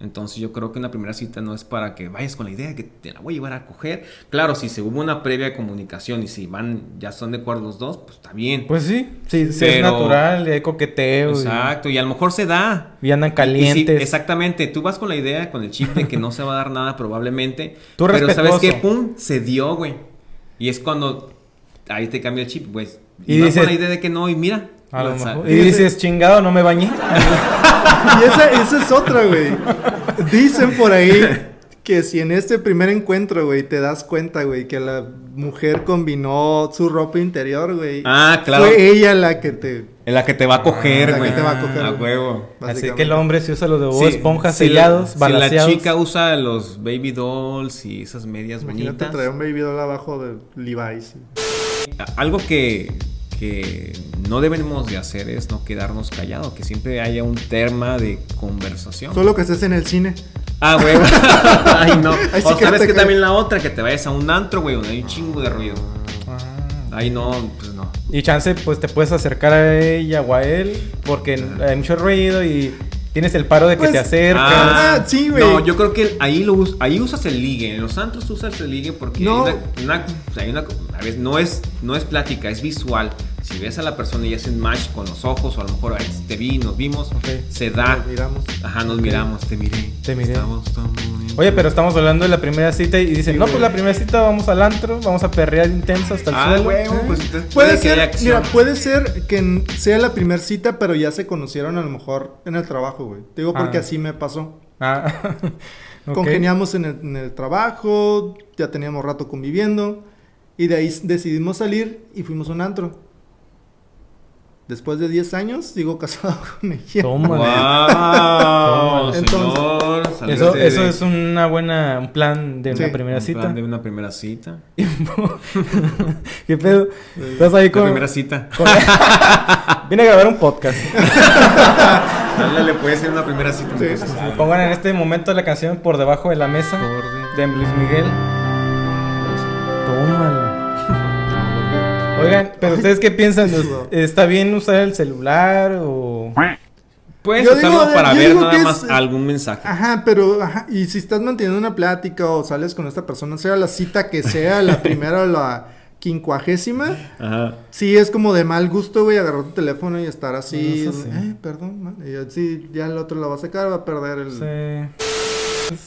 S1: Entonces yo creo que una primera cita no es para que vayas con la idea de que te la voy a llevar a coger. Claro, si se hubo una previa comunicación y si van, ya son de acuerdo los dos, pues está bien.
S3: Pues sí, sí, sí es
S1: Pero-
S3: natural, hay coqueteo. y-
S1: Exacto, y a lo mejor se da.
S3: Y, andan
S1: Y sí,
S3: calientes.
S1: exactamente, tú vas con la idea, con el chip de que no se va a dar nada probablemente.
S3: Tú
S1: pero sabes
S3: respetuoso.
S1: que, ¡pum! Se dio, güey. Y es cuando ahí te cambia el chip, güey. Y,
S3: Y
S1: vas
S3: dices-
S1: con la idea de que no, y mira.
S3: A lo
S1: o sea,
S3: mejor. Y dices, chingado, no
S1: <laughs>
S3: me bañé.
S2: Y esa, esa es otra, güey. Dicen por ahí que si en este primer encuentro, güey, te das cuenta, güey, que la mujer combinó su ropa interior, güey.
S1: Ah, claro.
S2: Fue ella la que te...
S1: En la que te va a coger,
S2: la que
S1: güey.
S2: te va a coger, güey.
S1: huevo.
S3: Así que el hombre se usa los de Bob
S1: Sí,
S3: Esponja
S1: si
S3: sellados,
S1: la, si la
S3: balanceados.
S1: chica usa los baby dolls y esas medias
S2: Imagínate
S1: bonitas.
S2: traer un baby doll abajo de Levi's.
S1: Algo que, que no debemos de hacer es no quedarnos callados, que siempre haya un tema de conversación.
S2: Solo que estés en el cine.
S1: Ah, güey. <laughs> Ay, no.
S2: Ay, sí
S1: o
S2: que
S1: sabes
S2: te
S1: que
S2: cae.
S1: también la otra, que te vayas a un antro, güey, donde hay un chingo de ruido.
S2: Ah.
S1: Ay, no, pues no.
S3: Y chance, pues te puedes acercar a ella o a él, porque hay mucho ruido y Tienes el paro de que
S2: Pues,
S3: te acercas.
S2: Ah, sí, güey.
S1: No, yo creo que ahí, lo us- ahí usas el ligue. En los santos usas el ligue porque
S2: No.
S1: hay una, una- o sea, hay una- a veces no es, no es plática, es visual. Si ves a la persona y hacen match con los ojos, o a lo mejor "Ay, te vi, nos vimos,
S3: Ok.
S1: se da.
S2: Nos miramos.
S1: Ajá, nos miramos, te miré.
S3: Te miré.
S1: Estamos tan bonitos.
S3: Oye, pero estamos hablando de la primera cita y dicen, no, pues la primera cita vamos al antro, vamos a perrear intenso hasta el
S1: Ah,
S3: suelo.
S1: huevo, pues entonces
S2: Puede,
S1: puede que haya
S2: ser,
S1: acción.
S2: mira, puede ser que en- sea la primera cita, pero ya se conocieron a lo mejor en el trabajo, güey. Te digo porque
S3: Ah.
S2: así me pasó.
S3: Ah, <laughs> ok.
S2: Congeniamos en el, en el trabajo, ya teníamos rato conviviendo, y de ahí s- decidimos salir y fuimos a un antro. Después de 10 años, sigo <laughs> casado con <laughs> ella.
S3: Toma.
S1: Wow,
S2: Entonces,
S1: señor,
S3: Eso,
S1: saliste
S3: eso
S1: de-
S3: es una buena, un plan de una
S2: Sí,
S3: primera
S1: un
S3: cita.
S1: plan de una primera cita.
S3: ¿Qué pedo? Estás ahí
S1: La
S3: con...
S1: primera cita.
S3: con- Vine a grabar un podcast.
S1: <laughs> Ándale, puede ser una primera cita.
S2: Sí.
S1: entonces.
S3: Pongan en este momento la canción Por debajo de la mesa de Luis Miguel. Tómala. Oigan, pero ustedes qué piensan? ¿Está bien usar el celular o
S1: Puedes
S2: Yo
S1: usarlo
S2: digo,
S1: para
S2: yo
S1: ver
S2: digo
S1: nada
S2: que es- eh,
S1: más algún mensaje.
S2: Ajá, pero, ajá, y si estás manteniendo una plática o sales con esta persona, sea la cita que sea, la primera o la quincuagésima,
S1: Ajá.
S2: sí es como de mal gusto, güey, agarrar tu teléfono y estar así,
S3: Eso sí.
S2: eh, perdón, man", y ya- sí, ya el otro lo va a sacar, va a perder el...
S3: se-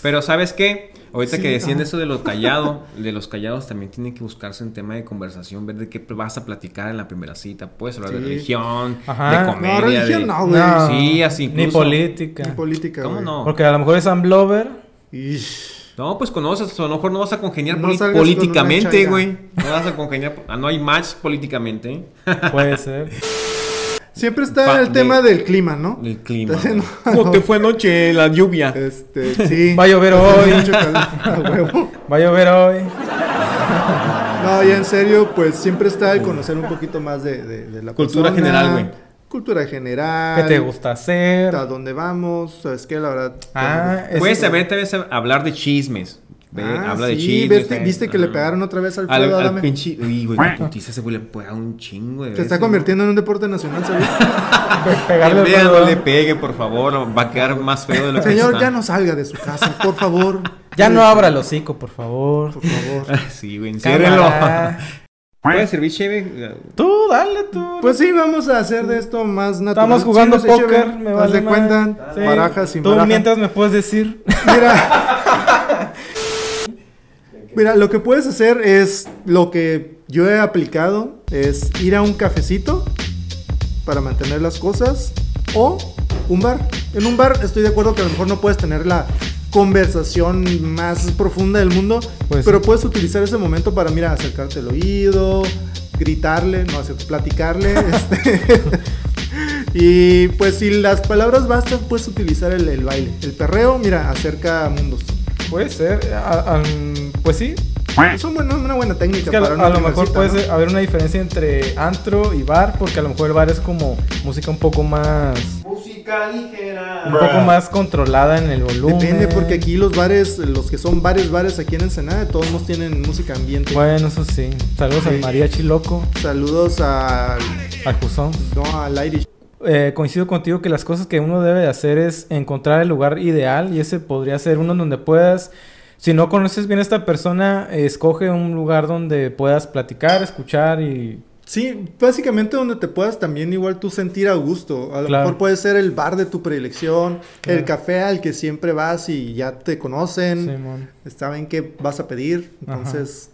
S1: Pero ¿sabes qué? Ahorita
S2: Sí,
S1: que decían
S2: ajá.
S1: eso de los callados, de los callados también tienen que buscarse un tema de conversación, ver de qué vas a platicar en la primera cita. Puedes hablar de
S2: Sí.
S1: religión,
S3: Ajá.
S1: de
S3: No,
S1: comedia.
S2: no, religión
S1: de-
S2: no, Ah, güey.
S3: No.
S1: Sí, así
S3: ni
S1: incluso.
S2: Ni
S3: política?
S2: política,
S1: ¿Cómo
S2: güey.
S1: no?
S3: Porque a lo mejor es Amblover.
S2: Ish.
S1: No, pues conoces, a lo mejor no vas a congeniar
S2: No
S1: poli-
S2: salgas con una
S1: políticamente,
S2: chaira.
S1: güey. No vas a congeniar, po- ah, no hay match políticamente, ¿eh?
S3: Puede ser.
S2: Siempre está
S1: Pa-
S2: el
S1: de-
S2: tema del clima, ¿no?
S1: Del clima.
S2: Entonces,
S1: güey.
S2: no,
S1: ¿Cómo te fue anoche la lluvia?
S2: Este,
S1: <laughs>
S2: sí.
S3: Va a llover
S2: Hace
S3: hoy.
S2: mucho calor, <laughs> a huevo.
S3: Va a llover hoy.
S2: No, ya en serio, pues siempre está el conocer un poquito más de, de- de la
S1: Cultura
S2: persona,
S1: general, güey.
S2: Cultura general.
S3: ¿Qué te gusta hacer?
S2: ¿A dónde vamos? ¿Sabes qué? La verdad. pues,
S3: Ah, es-
S1: Puedes saber, te ves a- hablar de chismes. Pues, Ve,
S2: Ah,
S1: habla de
S2: sí,
S1: chismes.
S2: ¿Viste,
S1: eh.
S2: viste que le
S1: Ajá.
S2: pegaron otra vez al
S1: Al,
S2: Alfredo
S1: al
S2: Adame?
S1: pinche. Uy, güey, qué putiza ese güey le pega un chingo de
S2: Se está
S1: veces.
S2: convirtiendo en un deporte
S1: <laughs>
S2: nacional, ¿sabes?
S3: Pe-
S1: Que
S3: Pegarle
S1: vea,
S3: el
S1: no le
S3: dedo.
S1: pegue, por favor. Va a quedar más feo de lo que
S2: Señor,
S1: está.
S2: ya no salga de su casa, por favor.
S3: Ya no abra el hocico, por favor.
S2: Por favor.
S1: <laughs> Sí, güey, enciérrelo.
S3: Cámara.
S1: ¿Puede servir cheve?
S3: Tú, dale tú.
S2: Pues sí, vamos a hacer de esto más natural.
S3: Estamos
S2: Sí,
S3: jugando
S2: no sé,
S3: póker,
S2: chévere.
S3: me
S2: Haz
S3: vale
S2: de
S3: madre.
S2: cuenta,
S3: Sí.
S2: baraja sin
S3: Tú
S2: baraja.
S3: mientras me puedes decir.
S2: Mira. Mira, lo que puedes hacer es lo que yo he aplicado es ir a un cafecito para mantener las cosas o un bar. En un bar estoy de acuerdo que a lo mejor no puedes tener la conversación más profunda del mundo,
S3: Pues
S2: pero
S3: sí.
S2: puedes utilizar ese momento para mira, acercarte el oído, gritarle, no hacer platicarle, <laughs> este, y pues si las palabras bastan, puedes utilizar el, el baile. El perreo, mira, acerca mundos.
S3: Puede ser. eh, a- a- pues sí.
S2: Es una buena, una buena técnica
S3: Es que a,
S2: para
S3: a
S2: una
S3: lo
S2: primera
S3: mejor
S2: cita,
S3: puede
S2: ¿no?
S3: ser- haber una diferencia entre antro y bar, porque a lo mejor el bar es como música un poco más. Música ligera. Un poco más controlada en el volumen.
S2: Depende, porque aquí los bares, los que son bares, bares aquí en Ensenada, todos nos tienen música ambiente.
S3: Bueno, eso sí. Saludos al mariachi loco,
S2: Saludos al.
S3: al Jusón.
S2: No, al Irish.
S3: Eh, coincido contigo que las cosas que uno debe de hacer es encontrar el lugar ideal y ese podría ser uno donde puedas, si no conoces bien a esta persona, eh, escoge un lugar donde puedas platicar, escuchar y...
S2: Sí, básicamente donde te puedas también igual tú sentir a gusto. A lo
S3: Claro.
S2: mejor puede ser el bar de tu predilección,
S3: Claro.
S2: el café al que siempre vas y ya te conocen,
S3: Simón.
S2: saben qué vas a pedir.
S3: Ajá.
S2: Entonces,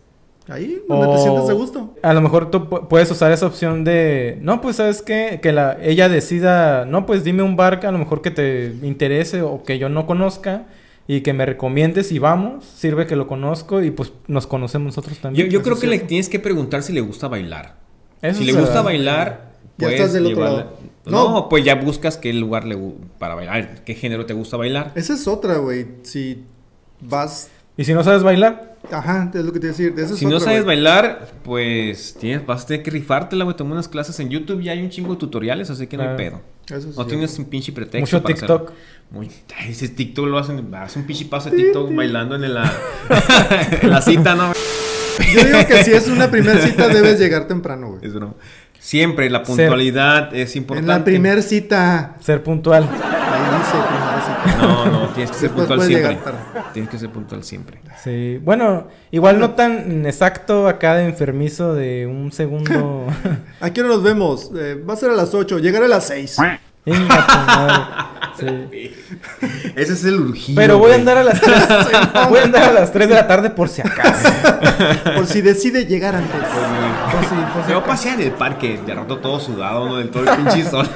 S2: ahí donde te
S3: O-
S2: sientes a gusto.
S3: A lo mejor tú pu- puedes usar esa opción de, no, pues sabes qué, que la, ella decida, no, pues dime un bar que a lo mejor que te interese o que yo no conozca y que me recomiendes y vamos, sirve que lo conozco y pues nos conocemos nosotros
S1: Yo,
S3: también.
S1: yo creo que le tienes que preguntar si le gusta bailar.
S3: Eso
S1: si le
S3: se
S1: gusta
S3: da.
S1: bailar.
S2: Ya
S1: pues,
S2: estás del otro
S1: llevarla-
S2: lado.
S1: No,
S2: No.
S1: pues ya buscas qué lugar le gu- para bailar, qué género te gusta bailar.
S2: Esa es otra, güey. Si vas.
S3: Y si no sabes bailar,
S2: Ajá, es lo que te iba a decir. Esa es
S1: Si no
S2: otra,
S1: sabes
S2: güey.
S1: bailar, pues tienes, vas a tener que rifártela, güey. Toma unas clases en YouTube y hay un chingo de tutoriales, así que no hay
S3: Claro.
S1: pedo.
S2: Eso sí.
S1: No tienes un pinche pretexto.
S3: mucho
S1: para
S3: TikTok.
S1: hacerlo. Muy- ay, ese TikTok lo hacen, hace un pinche paso de TikTok bailando en la, en la cita, ¿no?
S2: Yo digo que si es una primera cita, debes llegar temprano, güey.
S1: Es broma. Siempre la puntualidad es
S2: En
S1: importante.
S2: la primer cita.
S3: Ser puntual.
S2: Ahí dice primera cita.
S1: No, no, tienes que ser
S2: Después
S1: puntual
S2: puedes
S1: siempre.
S2: llegar tarde.
S1: Tienes que ser puntual siempre.
S3: Sí. Bueno, igual no tan exacto acá de enfermizo de
S1: <laughs>
S3: un segundo.
S2: ¿A qué hora nos vemos? Eh, va a ser a las 8, llegaré a las 6.
S3: Inga tu pues, madre. Sí.
S1: Ese es el urgido.
S3: Pero voy a
S1: güey.
S3: andar a
S1: <laughs>
S3: las 3. Voy a andar a las 3 de la tarde por si acaso.
S2: Por si decide llegar antes.
S1: Pues,
S3: Por si- por si
S1: Se va a
S3: acaso.
S1: pasear en el parque, de rato todo sudado, ¿no? Del todo el pinche sol.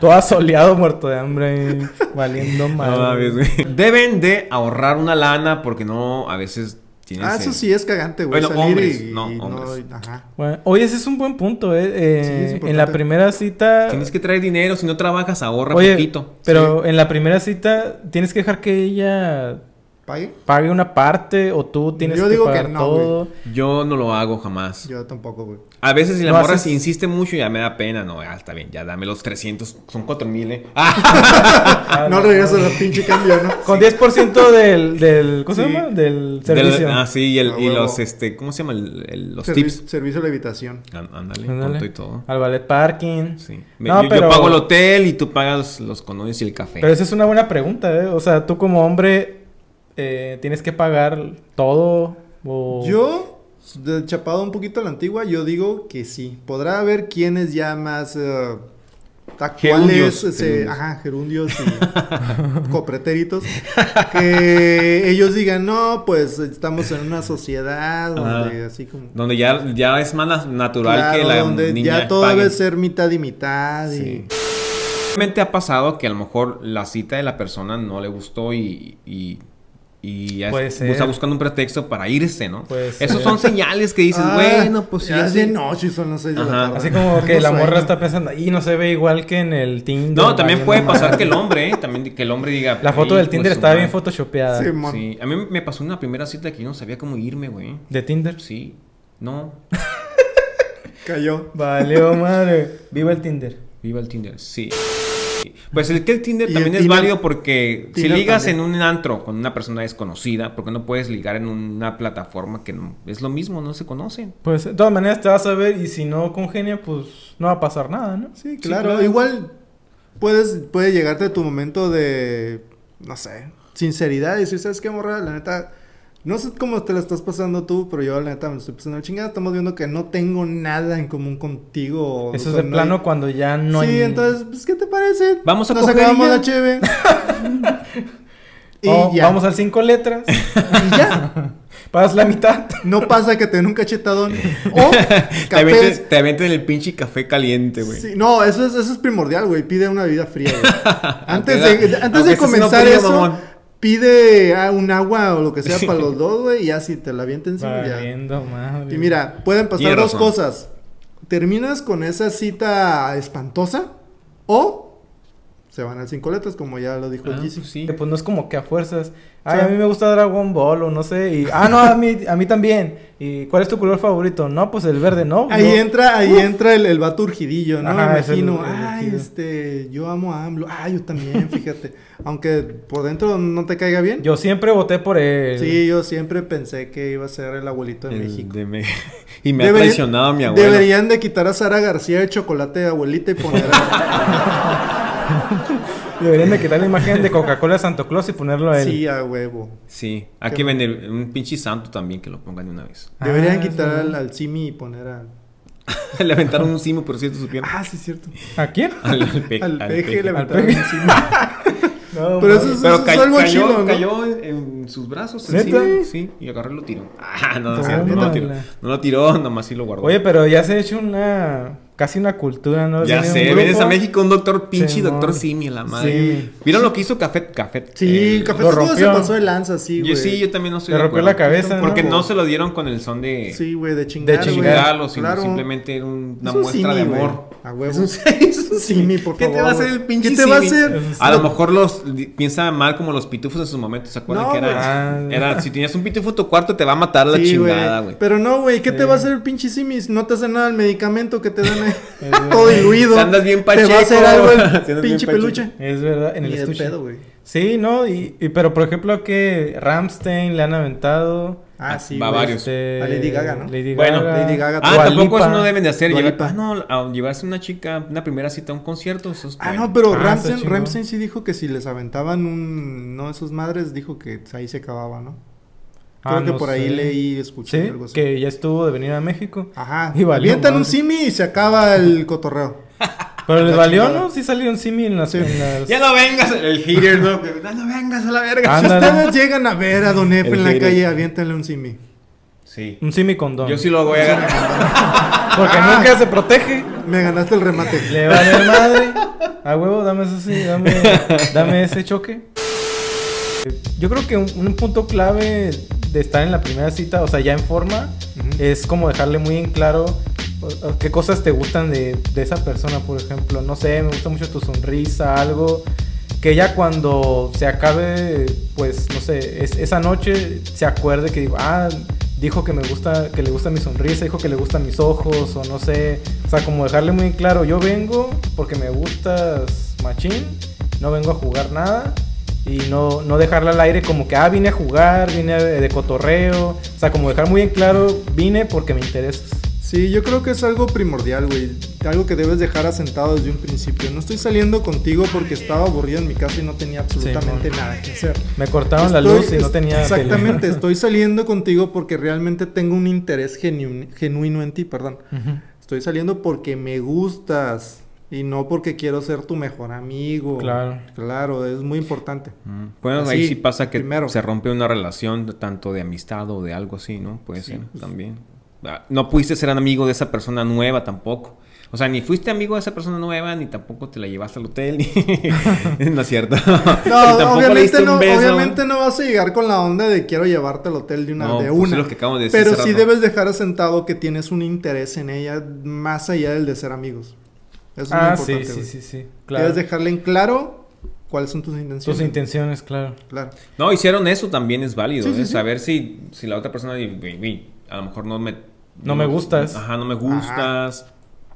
S3: Todo asoleado, muerto de hambre, valiendo mal.
S1: No mames, güey. Deben de ahorrar una lana porque no, a veces tienes...
S2: Ah,
S1: el-
S2: eso sí es cagante, güey.
S1: Bueno,
S2: salir
S1: hombres,
S2: y,
S1: no,
S2: y
S1: hombres.
S2: ajá.
S3: Bueno, oye, ese es un buen punto, eh. Eh,
S2: Sí, es importante.
S3: en la primera cita.
S1: Tienes que traer dinero, si no trabajas ahorra
S3: Oye,
S1: poquito.
S3: pero en la primera cita tienes que dejar que ella
S2: ¿Pague?
S3: pague una parte o tú tienes
S2: Yo
S3: que
S2: digo que
S3: pagar
S2: no,
S3: todo.
S1: Yo no lo hago jamás.
S2: Yo tampoco, güey.
S1: A veces si la
S3: Lo
S1: morra
S3: haces-
S1: se insiste mucho ya me da pena. No, ah, está bien, ya dame los 300, son 4000, eh.
S3: Ah,
S2: No regreso al pinche cambio, ¿no?
S3: Con 10% del, del ¿cómo se
S2: Sí.
S3: llama?
S1: Del-
S3: Del servicio.
S1: ah, sí, y, el-
S2: A
S1: y
S2: huevo.
S1: los, este, ¿cómo se llama? El- el- <laughs> los
S2: Servi-
S1: tips.
S2: Servicio de levitación.
S1: Á- Ándale,
S3: Ándale.
S1: con todo y todo.
S3: Al ballet parking.
S1: Sí. Me-
S3: No,
S1: yo, yo
S3: pero-
S1: pago el hotel y tú pagas los condones y el café.
S3: Pero esa es una buena pregunta, ¿eh? O sea, tú como hombre eh, tienes que pagar todo o...
S2: Yo, de chapado un poquito a la antigua, yo digo que sí. Podrá haber quienes ya más eh,
S1: Gerundios,
S2: tacuales, ese-
S1: gerundios.
S2: ajá, gerundios
S1: <laughs>
S2: y copretéritos, que ellos digan, no, pues estamos en una sociedad donde
S1: Ajá.
S2: así como...
S1: Donde ya, ya es más na- natural que
S2: Claro,
S1: la
S2: donde
S1: niña
S2: ya todo
S1: pague.
S2: debe ser mitad y mitad y...
S1: Sí. Realmente ha pasado que a lo mejor la cita de la persona no le gustó y, y, y ya
S3: Puede
S1: es-
S3: ser.
S1: está buscando un pretexto para irse, ¿no?
S3: Puede ser.
S1: Esos son señales que dices,
S2: Ah,
S1: bueno, pues
S2: ya
S1: ya
S2: es
S1: sí".
S2: de noche y son las seis de
S1: Ajá.
S2: la tarde.
S3: Así como que
S2: Tengo
S3: la morra
S2: sueño.
S3: está pensando, y no se ve igual que en el Tinder.
S1: No, también
S3: valiendo
S1: puede
S3: madre".
S1: pasar que el hombre, ¿eh? También que el hombre diga...
S3: La foto
S1: "Ay,
S3: del Tinder
S1: pues,
S3: estaba
S1: madre".
S3: bien photoshopeada.
S2: Sí, mon.
S1: Sí, a mí me pasó una primera cita que yo no sabía cómo irme, güey.
S3: ¿De Tinder?
S1: Sí, no,
S2: Cayó.
S3: Valió madre. Viva el Tinder.
S1: Viva el Tinder, sí. Pues el que el Tinder
S2: Y
S1: también
S2: el
S1: es
S2: Tinder-
S1: válido porque
S2: Tinder
S1: si ligas
S2: también.
S1: en un antro con una persona desconocida, porque no puedes ligar en una plataforma que no- es lo mismo, no se conocen.
S3: Pues de todas maneras te vas a ver y si no congenia, pues no va a pasar nada, ¿no?
S2: Sí, claro. Igual puedes, puede llegarte tu momento de, no sé, sinceridad y decir, ¿sabes qué, morra? La neta, no sé cómo te la estás pasando tú, pero yo la neta me estoy pasando la chingada. Estamos viendo que no tengo nada en común contigo. o sea,
S3: Eso es de
S2: no
S3: plano
S2: hay-
S3: cuando ya no hay...
S2: sí, entonces, pues, ¿qué te parece?
S1: Vamos a
S2: Nos
S1: coger
S2: acabamos
S1: ya.
S2: la cheve.
S3: <laughs>
S2: y
S3: Oh,
S2: ya.
S3: Vamos al cinco letras.
S2: <laughs> Y ya.
S3: <laughs> Pagas la mitad.
S2: No pasa que te den un
S3: <laughs>
S2: cachetadón. O
S1: Te avienten,
S2: cafés.
S1: te avienten el pinche café caliente, güey.
S2: Sí, no, eso es, eso es primordial, güey. Pide una bebida fría,
S1: <laughs>
S2: güey. Antes
S1: Aunque
S2: de,
S1: da-
S2: antes
S1: aunque
S2: de
S1: estés siendo
S2: comenzar
S1: frío,
S2: eso,
S1: mamón.
S2: pide ah, un agua o lo que sea para los dos, güey. Y ya si te la avienten encima, ya.
S3: Valiendo madre.
S2: Y mira, pueden pasar
S1: Tienes
S2: dos
S1: razón.
S2: cosas. Terminas con esa cita espantosa o se van al cinco letras, como ya lo dijo
S1: Ah,
S2: el
S1: pues
S2: Yeezy.
S1: sí.
S3: Que, pues no es como que a fuerzas. Ay,
S2: Sí.
S3: a mí me gusta Dragon Ball o no sé. Y, ah, no, a mí, a mí también. ¿Y cuál es tu color favorito? No, pues el verde, no.
S2: Ahí
S3: no.
S2: entra, ahí entra el, el vato urgidillo, ¿no?
S3: Ajá,
S2: Me
S3: es el-
S2: Imagino,
S3: el
S2: ay,
S3: urgido".
S2: este, yo amo a AMLO, ay, yo también, fíjate. Aunque por dentro no te caiga bien.
S3: Yo siempre voté por él.
S2: Sí, yo siempre pensé que iba a ser el abuelito de
S1: El
S2: México.
S1: de Me- <laughs> y me ha
S2: Debería-
S1: traicionado mi abuelo.
S2: Deberían de quitar a Sara García de chocolate de abuelita y poner
S1: <laughs>
S2: a...
S3: Deberían de quitar la imagen de Coca-Cola de Santo Claus y ponerlo a él.
S2: sí, a huevo.
S1: Sí, hay
S2: Qué
S1: que vender un pinche santo también que lo pongan de una vez. <laughs>
S3: Ah,
S2: Deberían
S3: es
S2: quitar al,
S3: verdad.
S2: al Simi y poner a...
S1: le aventaron un simo, por cierto, supieron.
S2: Ah, sí, es cierto.
S3: ¿A quién?
S1: <laughs> Al, al pe-
S2: Al
S1: al
S2: peje
S1: peje.
S2: le
S3: Al
S2: aventaron
S3: peje.
S2: un Simi.
S3: No,
S2: Pero
S3: mames.
S2: eso Pues es,
S1: Pero
S2: eso es
S1: cayó,
S2: algo
S1: cayó-
S2: chilo, ¿no?
S1: cayó en, en sus brazos, el
S3: ¿Neta?
S1: simo, sí, y agarré y lo tiró. <laughs> Ah, no, no, es cierto, no lo tiró.
S3: Tómala.
S1: No lo tiró, nomás sí lo guardó.
S3: Oye, pero ya se ha hecho una... Casi una cultura, ¿no?
S1: Ya
S3: Viene un
S1: sé,
S3: grupo.
S1: vienes a México un doctor pinche
S3: Simón.
S1: doctor Simi, la madre.
S3: Sí.
S1: ¿Vieron lo que hizo Café? Café.
S2: Sí,
S1: Eh,
S2: Café
S3: lo
S2: Tacuba se
S3: rompió.
S2: pasó de lanza, sí, güey.
S1: Yo sí, yo también no soy
S3: Le
S1: de
S3: rompió
S1: acuerdo.
S3: la cabeza, ¿no?
S1: Porque no
S3: Por-
S1: se lo dieron con el son de,
S2: Sí, güey, de chingar,
S3: De
S2: güey.
S1: chingarlo, sino
S2: Claro.
S1: simplemente era un- una
S2: Es un
S1: muestra de
S2: simi, güey.
S1: amor.
S2: A huevo.
S1: Es un, es un
S2: Simi, por
S1: ¿Qué te
S2: favor,
S1: va a hacer
S2: güey?
S1: el pinche
S2: ¿Qué te va a
S1: simi?
S2: hacer?
S1: A lo mejor los di- piensa mal como los pitufos en sus momentos, ¿se acuerdan?
S2: No,
S1: que era, Ah,
S3: güey.
S1: era, si tenías un pitufo en tu cuarto te va a matar la
S2: Sí,
S1: chingada, güey.
S2: Pero no, güey, ¿qué te
S3: Sí.
S2: va a hacer el pinche simis? No te hace nada el medicamento que te dan
S3: <laughs>
S2: ahí. <laughs> todo diluido.
S1: Te andas bien
S2: Te va a hacer
S1: pacheco.
S2: algo
S1: <laughs> Te andas
S2: el
S1: bien
S2: pinche
S1: pacheco.
S2: peluche.
S3: Es verdad, en
S2: Ni
S3: el
S2: de
S3: estuche.
S2: pedo, güey.
S3: Sí, ¿no? Y, y- pero por ejemplo que Ramstein le han aventado. Este,
S2: Ah, sí,
S1: va
S2: güey.
S1: varios.
S2: A Lady Gaga, ¿no?
S3: Lady
S1: Bueno,
S3: Gaga,
S2: Lady Gaga,
S1: Ah,
S3: Dua
S1: tampoco
S3: Lipa.
S1: eso no deben de hacer.
S2: Dua
S1: llevar-
S2: Lipa.
S1: ah, no, a llevarse una chica, una primera cita a un concierto. Eso es
S2: Ah,
S1: bueno.
S2: no, pero
S3: Ah, está
S2: Ramsen,
S3: chingón.
S2: Ramsen sí dijo que si les aventaban un... No, esos madres dijo que ahí se acababa, ¿no? Creo
S3: Ah,
S2: que
S3: no
S2: por ahí
S3: sé.
S2: leí, escuché
S3: Sí,
S2: algo así. Ah,
S3: que ya estuvo de venir a México.
S2: Ajá.
S3: <laughs> Y valió
S2: Avientan un
S3: madre.
S2: simi y se acaba el cotorreo.
S3: Pero les
S2: Está
S3: valió,
S2: chingada.
S3: ¿no? Sí salieron simi en las...
S2: Sí.
S3: en
S1: <laughs>
S3: las-
S1: Ya no vengas, el hater, no.
S2: <laughs>
S1: No, no vengas a la verga.
S2: Si
S3: Ándale.
S2: <laughs> ustedes llegan a ver a Don F
S1: El
S2: en la
S1: hater.
S2: calle, aviéntale un simi.
S1: Sí.
S3: Un simi condón.
S1: Yo sí lo voy a ganar.
S3: Porque
S2: Ah.
S3: nunca se protege.
S2: Me ganaste el remate.
S3: Le vale madre. A huevo, dame eso sí, dame, dame ese choque. Yo creo que un, un punto clave de estar en la primera cita, o sea, ya en forma,
S2: Ujú.
S3: es como dejarle muy en claro o- o qué cosas te gustan de, de esa persona, por ejemplo. No sé, me gusta mucho tu sonrisa, algo que ella cuando se acabe, pues, no sé, es- esa noche se acuerde que digo, ah, dijo que me gusta, que le gusta mi sonrisa, dijo que le gustan mis ojos, o no sé, o sea, como dejarle muy en claro, yo vengo porque me gustas machín, no vengo a jugar nada. Y no, no dejarla al aire como que, ah, vine a jugar, vine de de cotorreo. O sea, como dejar muy en claro, vine porque me interesas.
S2: Sí, yo creo que es algo primordial, güey. Algo que debes dejar asentado desde un principio. No estoy saliendo contigo porque estaba aburrido en mi casa y no tenía absolutamente
S3: Simón.
S2: nada que hacer.
S3: Me cortaron la
S2: Estoy-
S3: luz y no tenía... tele.
S1: <laughs>
S2: Exactamente,
S3: <laughs>
S2: estoy saliendo contigo porque realmente tengo un interés genu- genuino en ti, perdón.
S3: Ujú.
S2: Estoy saliendo porque me gustas y no porque quiero ser tu mejor amigo.
S3: Claro.
S2: Claro, es muy importante.
S1: Mm. Bueno,
S2: Así,
S1: ahí sí pasa que
S2: primero.
S1: se rompe una relación de- tanto de amistad o de algo así, ¿no? Puede
S2: Sí,
S1: ser
S2: pues.
S1: también. Ah, No pudiste ser amigo de esa persona nueva tampoco. O sea, ni fuiste amigo de esa persona nueva, ni tampoco te la llevaste al hotel,
S2: <laughs>
S1: ni... <laughs> no es cierto. Ni
S2: No,
S1: tampoco le diste
S2: obviamente
S1: un
S2: no,
S1: beso.
S2: obviamente no vas a llegar con la onda de quiero llevarte al hotel de una
S1: No,
S2: de
S1: pues,
S2: una.
S1: es lo que acabo de decir
S2: pero
S1: hace
S2: sí
S1: rato.
S2: debes dejar asentado que tienes un interés en ella más allá del de ser amigos. Eso es
S3: Ah,
S2: muy
S3: sí,
S2: importante.
S3: sí,
S2: güey.
S3: sí, sí. Claro.
S2: Debes dejarle en claro cuáles son tus
S3: Tus
S2: intenciones.
S3: intenciones, claro.
S2: Claro.
S1: No, hicieron eso también es válido,
S2: Sí, sí,
S1: ¿eh?
S2: sí.
S1: Saber si, si la otra persona dice, "Güey, güey, a lo mejor no me...
S3: No me gustas.
S1: Ajá, no me gustas.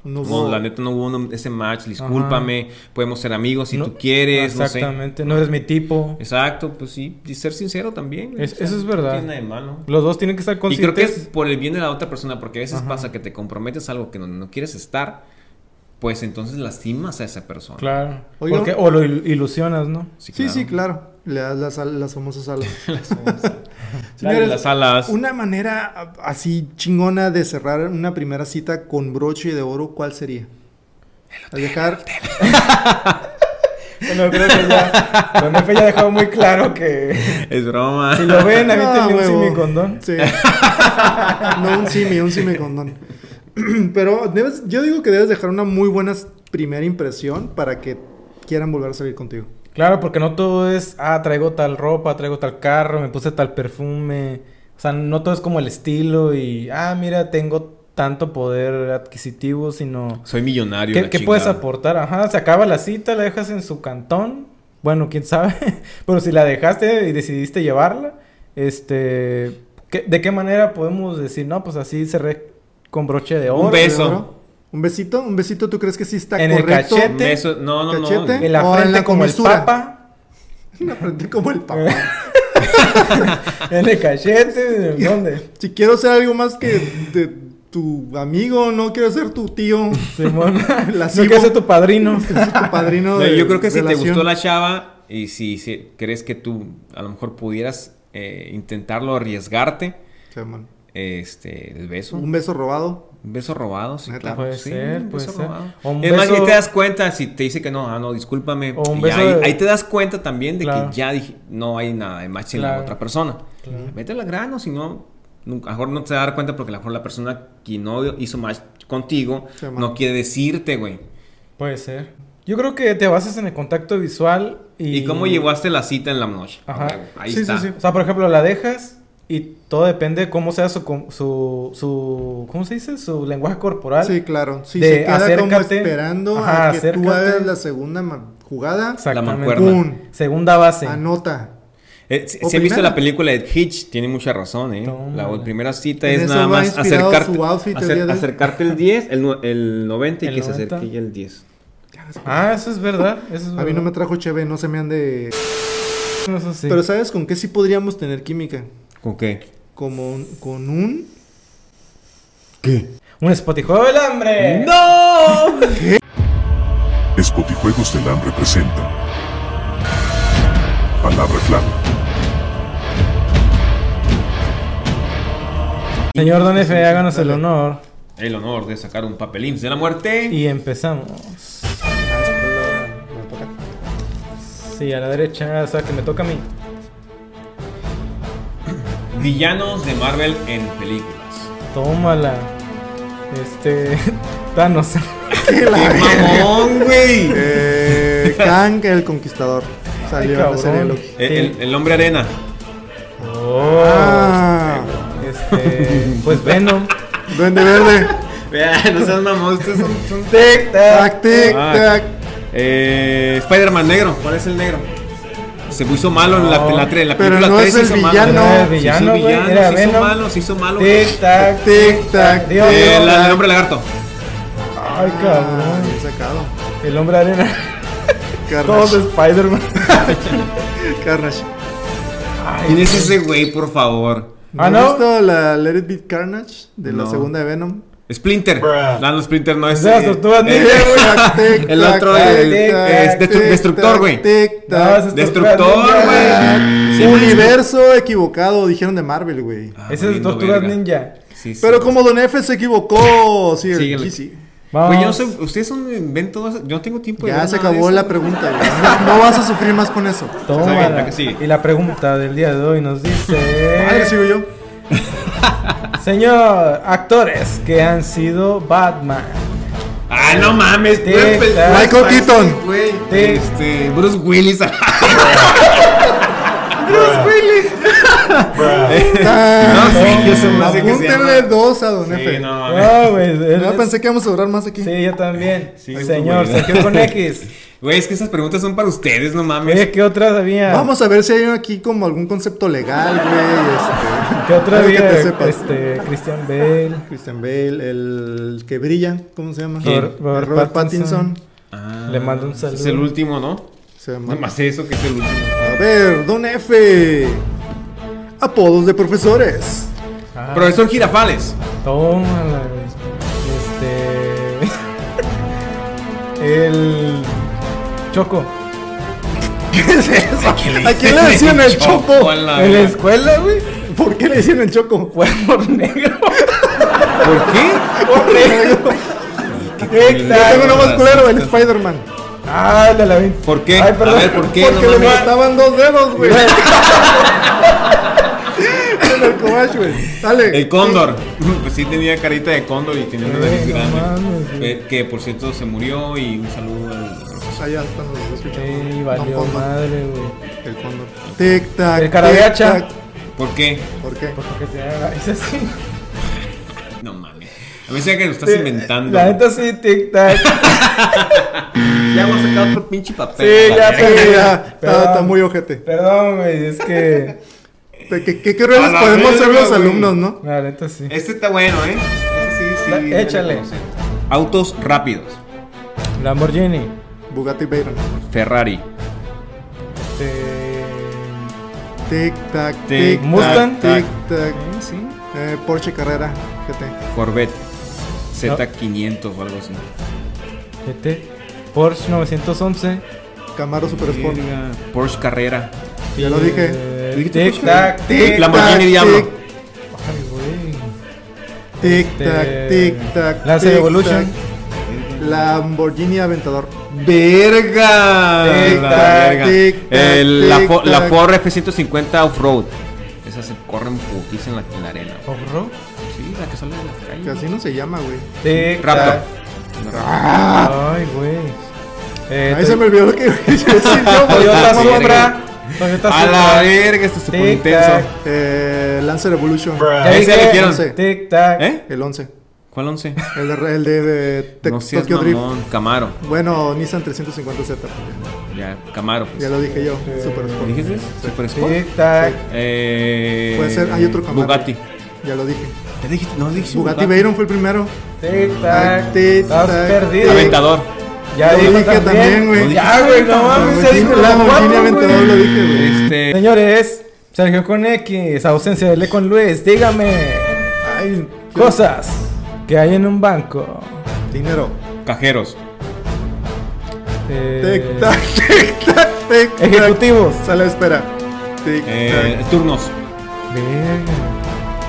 S2: No
S1: No,
S2: hubo-
S1: la neta no hubo un- ese match, discúlpame. Podemos ser amigos si
S3: No-
S1: tú quieres, no sé.
S3: Exactamente. No eres mi tipo.
S1: Exacto, pues sí, y ser sincero también.
S3: Es- eso es verdad.
S1: No tiene nada de malo.
S3: Los dos tienen que estar
S1: Y creo que
S3: conscientes.
S1: es por el bien de la otra persona, porque a veces pasa que te comprometes a algo que no, no quieres estar, pues entonces lastimas a esa persona.
S3: Claro.
S2: Oye,
S3: Porque-
S2: no-
S3: o lo il- ilusionas, ¿no?
S1: Sí,
S2: Sí, sí, claro. Le das las, al- las
S1: <laughs>
S2: famosas alas.
S1: Dale
S2: <laughs> Señores,
S1: las alas.
S2: Una manera a- así chingona de cerrar una primera cita con broche de oro, ¿cuál sería? Al dejar,
S3: Bueno, creo que ya... Don Efe ya ha dejado muy claro que...
S1: Es broma.
S3: Si lo ven,
S2: Ah,
S3: avítenle un
S2: huevo.
S3: simi condón.
S2: Sí. <laughs> no, un simi, un simi condón. <clears throat> Pero debes, yo digo que debes dejar una muy buena s- primera impresión para que quieran volver a salir contigo.
S3: Claro, porque no todo es, ah, traigo tal ropa, traigo tal carro, me puse tal perfume. O sea, no todo es como el estilo y, ah, mira, tengo tanto poder adquisitivo, sino...
S1: <laughs> Soy millonario.
S3: ¿Qué,
S1: la
S3: qué puedes
S1: chingada.
S3: aportar? Ajá, se acaba la cita, la dejas en su cantón. Bueno, quién sabe. <laughs> Pero si la dejaste y decidiste llevarla, este... ¿qué- ¿De qué manera podemos decir, no, pues así cerré con broche de oro?
S1: Un beso.
S2: ¿De oro? ¿Un besito? ¿Un besito tú crees que sí está
S3: En el
S2: correcto?
S3: cachete.
S1: Un beso- No, no, no.
S2: Cachete.
S3: En la
S2: O en
S3: frente
S2: la
S3: como el
S2: comisura.
S3: papa.
S2: <laughs>
S3: <laughs>
S2: Me aprendí como el papá.
S3: en el cachete,
S1: <laughs>
S3: ¿en ¿dónde?
S2: Si quiero ser algo más que de tu amigo, no quiero ser tu tío. <laughs>
S3: Simón,
S2: La
S3: la
S2: sigo.
S3: no que sea tu padrino.
S2: Soy tu padrino.
S1: No,
S2: de
S1: yo creo que si
S2: relación.
S1: te gustó la chava y si, si crees que tú a lo mejor pudieras eh, intentarlo, arriesgarte,
S2: Sí, man.
S1: este, el beso.
S2: Un beso robado.
S1: Un beso robado, sí,
S2: Neta.
S1: claro.
S3: Puede
S1: sí,
S3: ser,
S1: un
S3: puede
S1: beso
S3: ser.
S1: robado.
S3: O un
S1: es más,
S3: beso-
S1: ahí te das cuenta, si te dice que no, ah, no, discúlpame.
S3: O un
S1: y
S3: beso
S1: ahí,
S3: de-
S1: ahí te das cuenta también de
S3: Claro.
S1: que ya dije, no hay nada de match en
S3: Claro.
S1: la otra persona. Vete al grano, si no, nunca- a lo mejor no te vas a dar cuenta porque a lo mejor la persona que no hizo match contigo
S2: Sí, man.
S1: no quiere decirte, güey.
S3: Puede ser. Yo creo que te basas en el contacto visual y...
S1: ¿Y cómo llevaste la cita en la noche? Ah,
S3: Ajá.
S1: Ahí
S2: Sí,
S1: está.
S2: sí, sí.
S3: O sea, por ejemplo, la dejas y todo depende de cómo sea su... com- su, su ¿Cómo se dice? Su lenguaje corporal.
S2: Sí, claro. Sí,
S3: De
S2: se queda como
S3: acércate.
S2: esperando
S3: Ajá,
S2: a que tú
S3: acércate.
S2: hagas la segunda ma- jugada.
S1: La
S3: Exactamente.
S1: mancuerna.
S2: Pum.
S3: Segunda base.
S2: Ah, Anota.
S1: Eh, si
S2: O
S1: si han visto
S2: primera.
S1: la película de Hitch, tiene mucha razón, ¿eh? La
S3: Tómala.
S1: primera cita
S2: En
S1: es
S2: eso
S1: nada
S2: va
S1: más
S2: inspirado
S1: acercarte,
S2: su outfit el
S1: acer-
S2: día de hoy.
S1: acercarte el 10, el, nu- el 90 y
S3: El
S1: que se
S3: 90.
S1: acerque ya el 10.
S3: Ah, eso es verdad. Eso es
S2: A
S3: verdad.
S2: mí no me trajo cheve, no se me ande.
S3: Eso sí.
S2: Pero ¿sabes con qué sí podríamos tener química?
S1: ¿Con qué?
S2: como un- con un...
S3: Un Spotify del hambre.
S1: ¡No!
S6: Spotijuegos del Hambre presenta Palabra clave.
S3: Señor Don F, háganos el honor.
S1: El honor de sacar un papelín de la muerte.
S3: Y empezamos.
S2: Ah,
S3: Sí, a la derecha, o sea, que me toca a mí.
S1: Villanos de Marvel en
S2: <laughs>
S1: películas.
S3: Tómala. Este. <laughs>
S2: <laughs>
S3: Thanos.
S1: ¡Mamón, güey!
S2: Eh, Kang el Conquistador.
S3: Ay,
S2: Salió en la
S3: cabrón.
S2: serie de Loki.
S1: El, Eh, el- el hombre arena.
S2: Ah,
S3: Este.
S2: <laughs>
S3: Pues Venom.
S2: Duende Verde.
S1: Vea, no seas mamón, este es un- un-
S3: Tic
S2: Tac, tic,
S1: Ah.
S2: tac.
S1: Eh, Spider-Man negro, ¿cuál es el negro? Se hizo malo en la,
S3: No.
S1: en la, tre- en la
S2: Pero
S1: película
S2: no
S1: 3
S2: es el
S1: se hizo
S2: villano.
S1: malo.
S2: No,
S3: el villano,
S1: se hizo
S3: güey, era
S1: se hizo
S3: Venom.
S1: malo, se hizo malo.
S3: Tic tac,
S2: Tic, tac,
S3: Dios,
S1: Eh,
S3: Dios.
S1: la del hombre lagarto.
S3: Ay,
S2: Ah,
S3: cabrón.
S2: bien sacado.
S3: El hombre
S2: <laughs>
S3: arena. Todos
S2: Carnage. <laughs>
S3: Spider-Man.
S2: Carnage.
S1: ¿Quién es ese güey, por favor?
S3: Ah,
S2: ¿Has
S3: ¿no?
S2: visto la Let It Be Carnage de la
S1: No.
S2: segunda
S1: <laughs>
S2: de Venom?
S1: Splinter. Ah, No, no, Splinter no es.
S3: de las
S1: eh,
S3: Pues tortugas
S1: eh,
S2: <laughs>
S3: ninja,
S2: Tac, tic,
S1: El
S2: tac,
S1: otro,
S2: tac,
S1: el-
S2: tic,
S1: es
S2: tac,
S1: destru-
S2: tic,
S1: destructor,
S2: tac,
S1: güey.
S2: tic,
S3: No,
S2: tac,
S3: ese es
S1: Destructor,
S3: Tortugas
S1: güey. Sí,
S2: Ah, Universo equivocado, dijeron de Marvel, güey.
S1: Ah,
S3: Ese es
S1: valiendo
S3: Tortugas
S1: verga.
S3: Ninja.
S1: Sí, sí.
S2: Pero como Don F se equivocó, sí,
S1: Síguele.
S2: el GC.
S3: Vamos.
S1: Güey, yo no sé, ustedes son invento. Yo Pues no tengo tiempo de
S2: Ya
S1: ver
S2: se
S1: nada de
S2: acabó
S1: eso.
S2: la pregunta, güey. No, no vas a sufrir más con eso.
S3: Tómala.
S1: Está bien, la que sigue.
S3: Y la pregunta del día de hoy nos
S1: Eh.
S2: Madre,
S3: dice:
S1: <laughs>
S2: sigo yo.
S3: Señor, actores que han sido Batman.
S1: Ah, no mames,
S3: Tic,
S1: güey, pues,
S3: tac.
S1: Michael
S2: Michael Keaton.
S1: Güey,
S3: Tic.
S1: este, Bruce Willis.
S2: Ah,
S1: sí, yo se me hace que se
S2: Apúntenle
S1: llama-
S2: dos Ah. a Don F.
S1: Sí, no mames.
S3: No, güey. él
S2: Yo
S3: es-
S2: pensé que íbamos a sobrar más aquí.
S3: Sí, yo también.
S1: <laughs> Sí, tú,
S3: Señor,
S1: güey.
S3: Sergio con
S1: <laughs>
S3: X. <laughs>
S1: Güey, es que esas preguntas son para ustedes, no mames.
S3: Oye, ¿qué otras había?
S2: Vamos a ver si hay aquí como algún concepto legal, güey. Este.
S3: ¿Qué otra
S2: Algo que
S3: había?
S2: te sepas.
S3: Este, Christian Bale.
S2: Christian Bale, el que brilla, ¿cómo se llama?
S3: ¿Quién?
S2: Robert, Robert Pattinson.
S1: Ah,
S3: Le mando un saludo.
S1: Es el último, ¿no?
S2: Se llama.
S1: Nada más eso que es el último.
S2: A ver, Don F. Apodos de profesores.
S3: Ah,
S1: Profesor Girafales.
S3: Tómala, güey. Este. <laughs> El. Choco.
S1: <laughs>
S2: ¿A quién le decían el choco?
S1: a la
S3: En la
S1: verga.
S3: escuela, güey.
S2: ¿Por qué le decían el choco?
S3: Fue
S2: <laughs>
S3: por negro.
S1: ¿Por qué?
S3: Por <laughs> negro.
S1: culero.
S2: Yo tengo uno más
S1: Racista.
S2: culero, el Spider-Man.
S3: Ah, la la vi.
S1: ¿Por qué?
S3: Ay, perdón.
S1: A ver, ¿por qué? No
S2: Porque le
S1: mames.
S2: faltaban dos dedos, güey. en el cobash, güey. Dale.
S1: El cóndor. <laughs> Pues sí tenía carita de cóndor y tenía una nariz
S3: Güey, no
S1: grande.
S3: mames, güey.
S1: Eh, que por cierto se murió y un saludo al profesor.
S2: Allá están los escuchando.
S3: Sí, valió
S2: No, cóndor.
S3: madre, güey.
S2: El cóndor. Tic tac.
S3: El carabiacha.
S2: tic, tac.
S1: ¿Por qué?
S2: ¿Por qué?
S3: Porque te haga. Es así.
S1: No mames. A mí se que lo estás inventando.
S3: La neta sí, tic-tac.
S1: ya vamos a sacar otro pinche papel.
S3: Sí,
S1: A la
S3: ya,
S1: verga.
S2: Sí, <laughs>
S3: pero-
S2: ya, está, está muy ojete.
S3: Perdón, güey, es que.
S2: ¿Qué, qué, qué crueles
S1: A la
S2: podemos ser
S1: verga,
S2: los
S1: güey.
S2: alumnos, no?
S3: La neta sí.
S1: Este está bueno, ¿eh? Este sí, sí.
S3: Da-
S1: me lo
S3: échale.
S1: conocen. Autos rápidos.
S3: Lamborghini.
S2: Bugatti Veyron.
S1: Ferrari.
S3: Este.
S2: Tic tac.
S1: Tic,
S2: Tic tac.
S3: Mustang.
S2: Tic tac.
S1: Sí.
S2: Eh, Porsche Carrera. GT.
S1: Corvette. Z500 o algo así.
S3: GT. Porsche 911.
S2: Camaro Super Sport.
S1: Verga. Porsche Carrera.
S2: Ya lo dije.
S1: dijiste
S3: eh, Tic tac.
S2: Tic,
S3: Tic.
S2: tac,
S1: Lamborghini Diablo.
S2: tic.
S3: Ay, güey.
S2: Tic tac.
S3: Este,
S2: Tic tac.
S3: Lancer
S2: tic,
S3: Evolution.
S2: tac. Lamborghini Aventador.
S1: Verga.
S3: Tic,
S1: La
S3: tac,
S1: verga.
S2: tic, tac,
S1: El- la,
S2: tic,
S1: Fo- la
S2: tac.
S1: Ford F-150 Off-Road. Esa se corre en putiza en la, en la arena.
S3: Off-road.
S1: Sí, la que sale de la
S2: Que así no se llama, güey.
S3: Tic.
S1: Raptor.
S3: tac.
S2: Ah,
S3: Ay, güey. Eh,
S2: Ahí
S3: Toy-
S2: se me olvidó lo que iba a decir yo, güey.
S3: <laughs> Toyota
S1: Verga.
S3: Sombra. Toyota
S1: A la verga, esto se pone
S3: Tic
S1: intenso.
S3: tac.
S2: Eh, Lancer Evolution.
S3: Ya
S1: Ese
S3: dije,
S1: le quiero.
S2: once.
S3: Tic tac.
S1: ¿Eh?
S2: El 11.
S1: ¿Cuál 11?
S2: El de, el de, eh, Tec-
S1: No seas
S2: Tokyo Drift.
S1: mamón. Camaro.
S2: Bueno, Nissan 350Z.
S1: Ya, Camaro. pues.
S2: Ya lo dije yo. Super Sport.
S1: ¿Dijiste? Super Sport.
S3: Tic tac.
S1: Eh,
S2: Puede ser, hay otro Camaro.
S1: Bugatti.
S2: Ya lo dije.
S1: ¿Ya dijiste? No dijiste
S2: Bugatti Veyron fue el primero.
S3: Tic tac.
S2: Tic,
S3: Estás
S2: tac.
S3: perdido.
S1: Aventador.
S3: Ya
S2: Lo
S3: dijo
S2: dije también,
S3: también,
S2: güey.
S3: Ya, güey, no mames, ya dijo
S2: Lamborghini
S3: la
S2: Lamborghini
S3: cuatro,
S2: Aventador
S3: güey.
S2: lo dije, güey.
S1: Este.
S3: Señores, Sergio con X, ausencia de L con Luis, dígame.
S2: Ay,
S3: Cosas que hay en un banco.
S2: dinero.
S1: Cajeros.
S3: Eh,
S2: Tic tac, tic tac, tic tac.
S3: Ejecutivos.
S2: Sala de espera. Tic
S1: Eh,
S2: tac.
S1: turnos.
S3: Verga.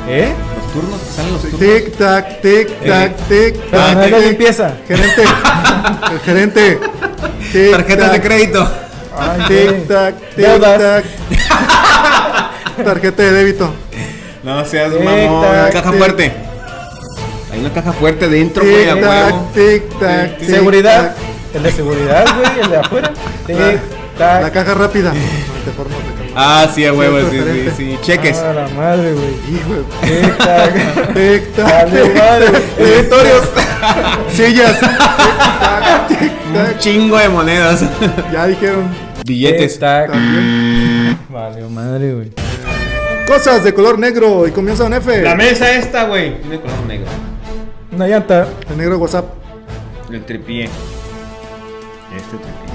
S3: ¿Eh?
S1: Los turnos, salen los turnos.
S2: Tic tac, tic tac, tic
S3: Pero no
S2: tac.
S3: es la
S2: Ah, tic.
S3: limpieza.
S2: Gerente. El gerente. Tic,
S1: Tarjetas de
S2: tac,
S1: crédito.
S3: Ay, güey.
S2: Ah, Tic tac, tic
S3: Deudas.
S2: tac. Tarjeta de débito.
S1: No seas
S3: Tic,
S1: mamón.
S3: tac,
S1: caja
S2: tic.
S1: fuerte. Hay una caja fuerte dentro, güey, a
S2: Tic
S1: huevo.
S2: tac, tic tac. tic,
S3: Seguridad.
S2: tac.
S3: El de seguridad, güey, el de afuera. Tic, tac. Eh.
S2: La caja rápida. Te formas de cama.
S1: Ah, sí, Ah, a huevo, sí, sí,
S2: Diferente.
S1: sí. Cheques.
S3: A Ah, la madre, güey.
S2: Hijo de-
S3: Tic, tac.
S2: Tic tac.
S3: Dale,
S2: tic,
S3: madre.
S2: tac,
S1: Escritorios.
S2: Sillas. Tic tac, tic
S1: Un
S2: tac.
S1: chingo de monedas. <laughs>
S2: Ya dijeron.
S1: Billetes.
S3: Tic, tac.
S2: También.
S3: Vale, madre, güey.
S2: Cosas de color negro y comienza un F.
S1: La mesa esta, güey. Tiene color negro.
S3: Una llanta.
S2: El negro WhatsApp.
S1: El tripié. Este tripié.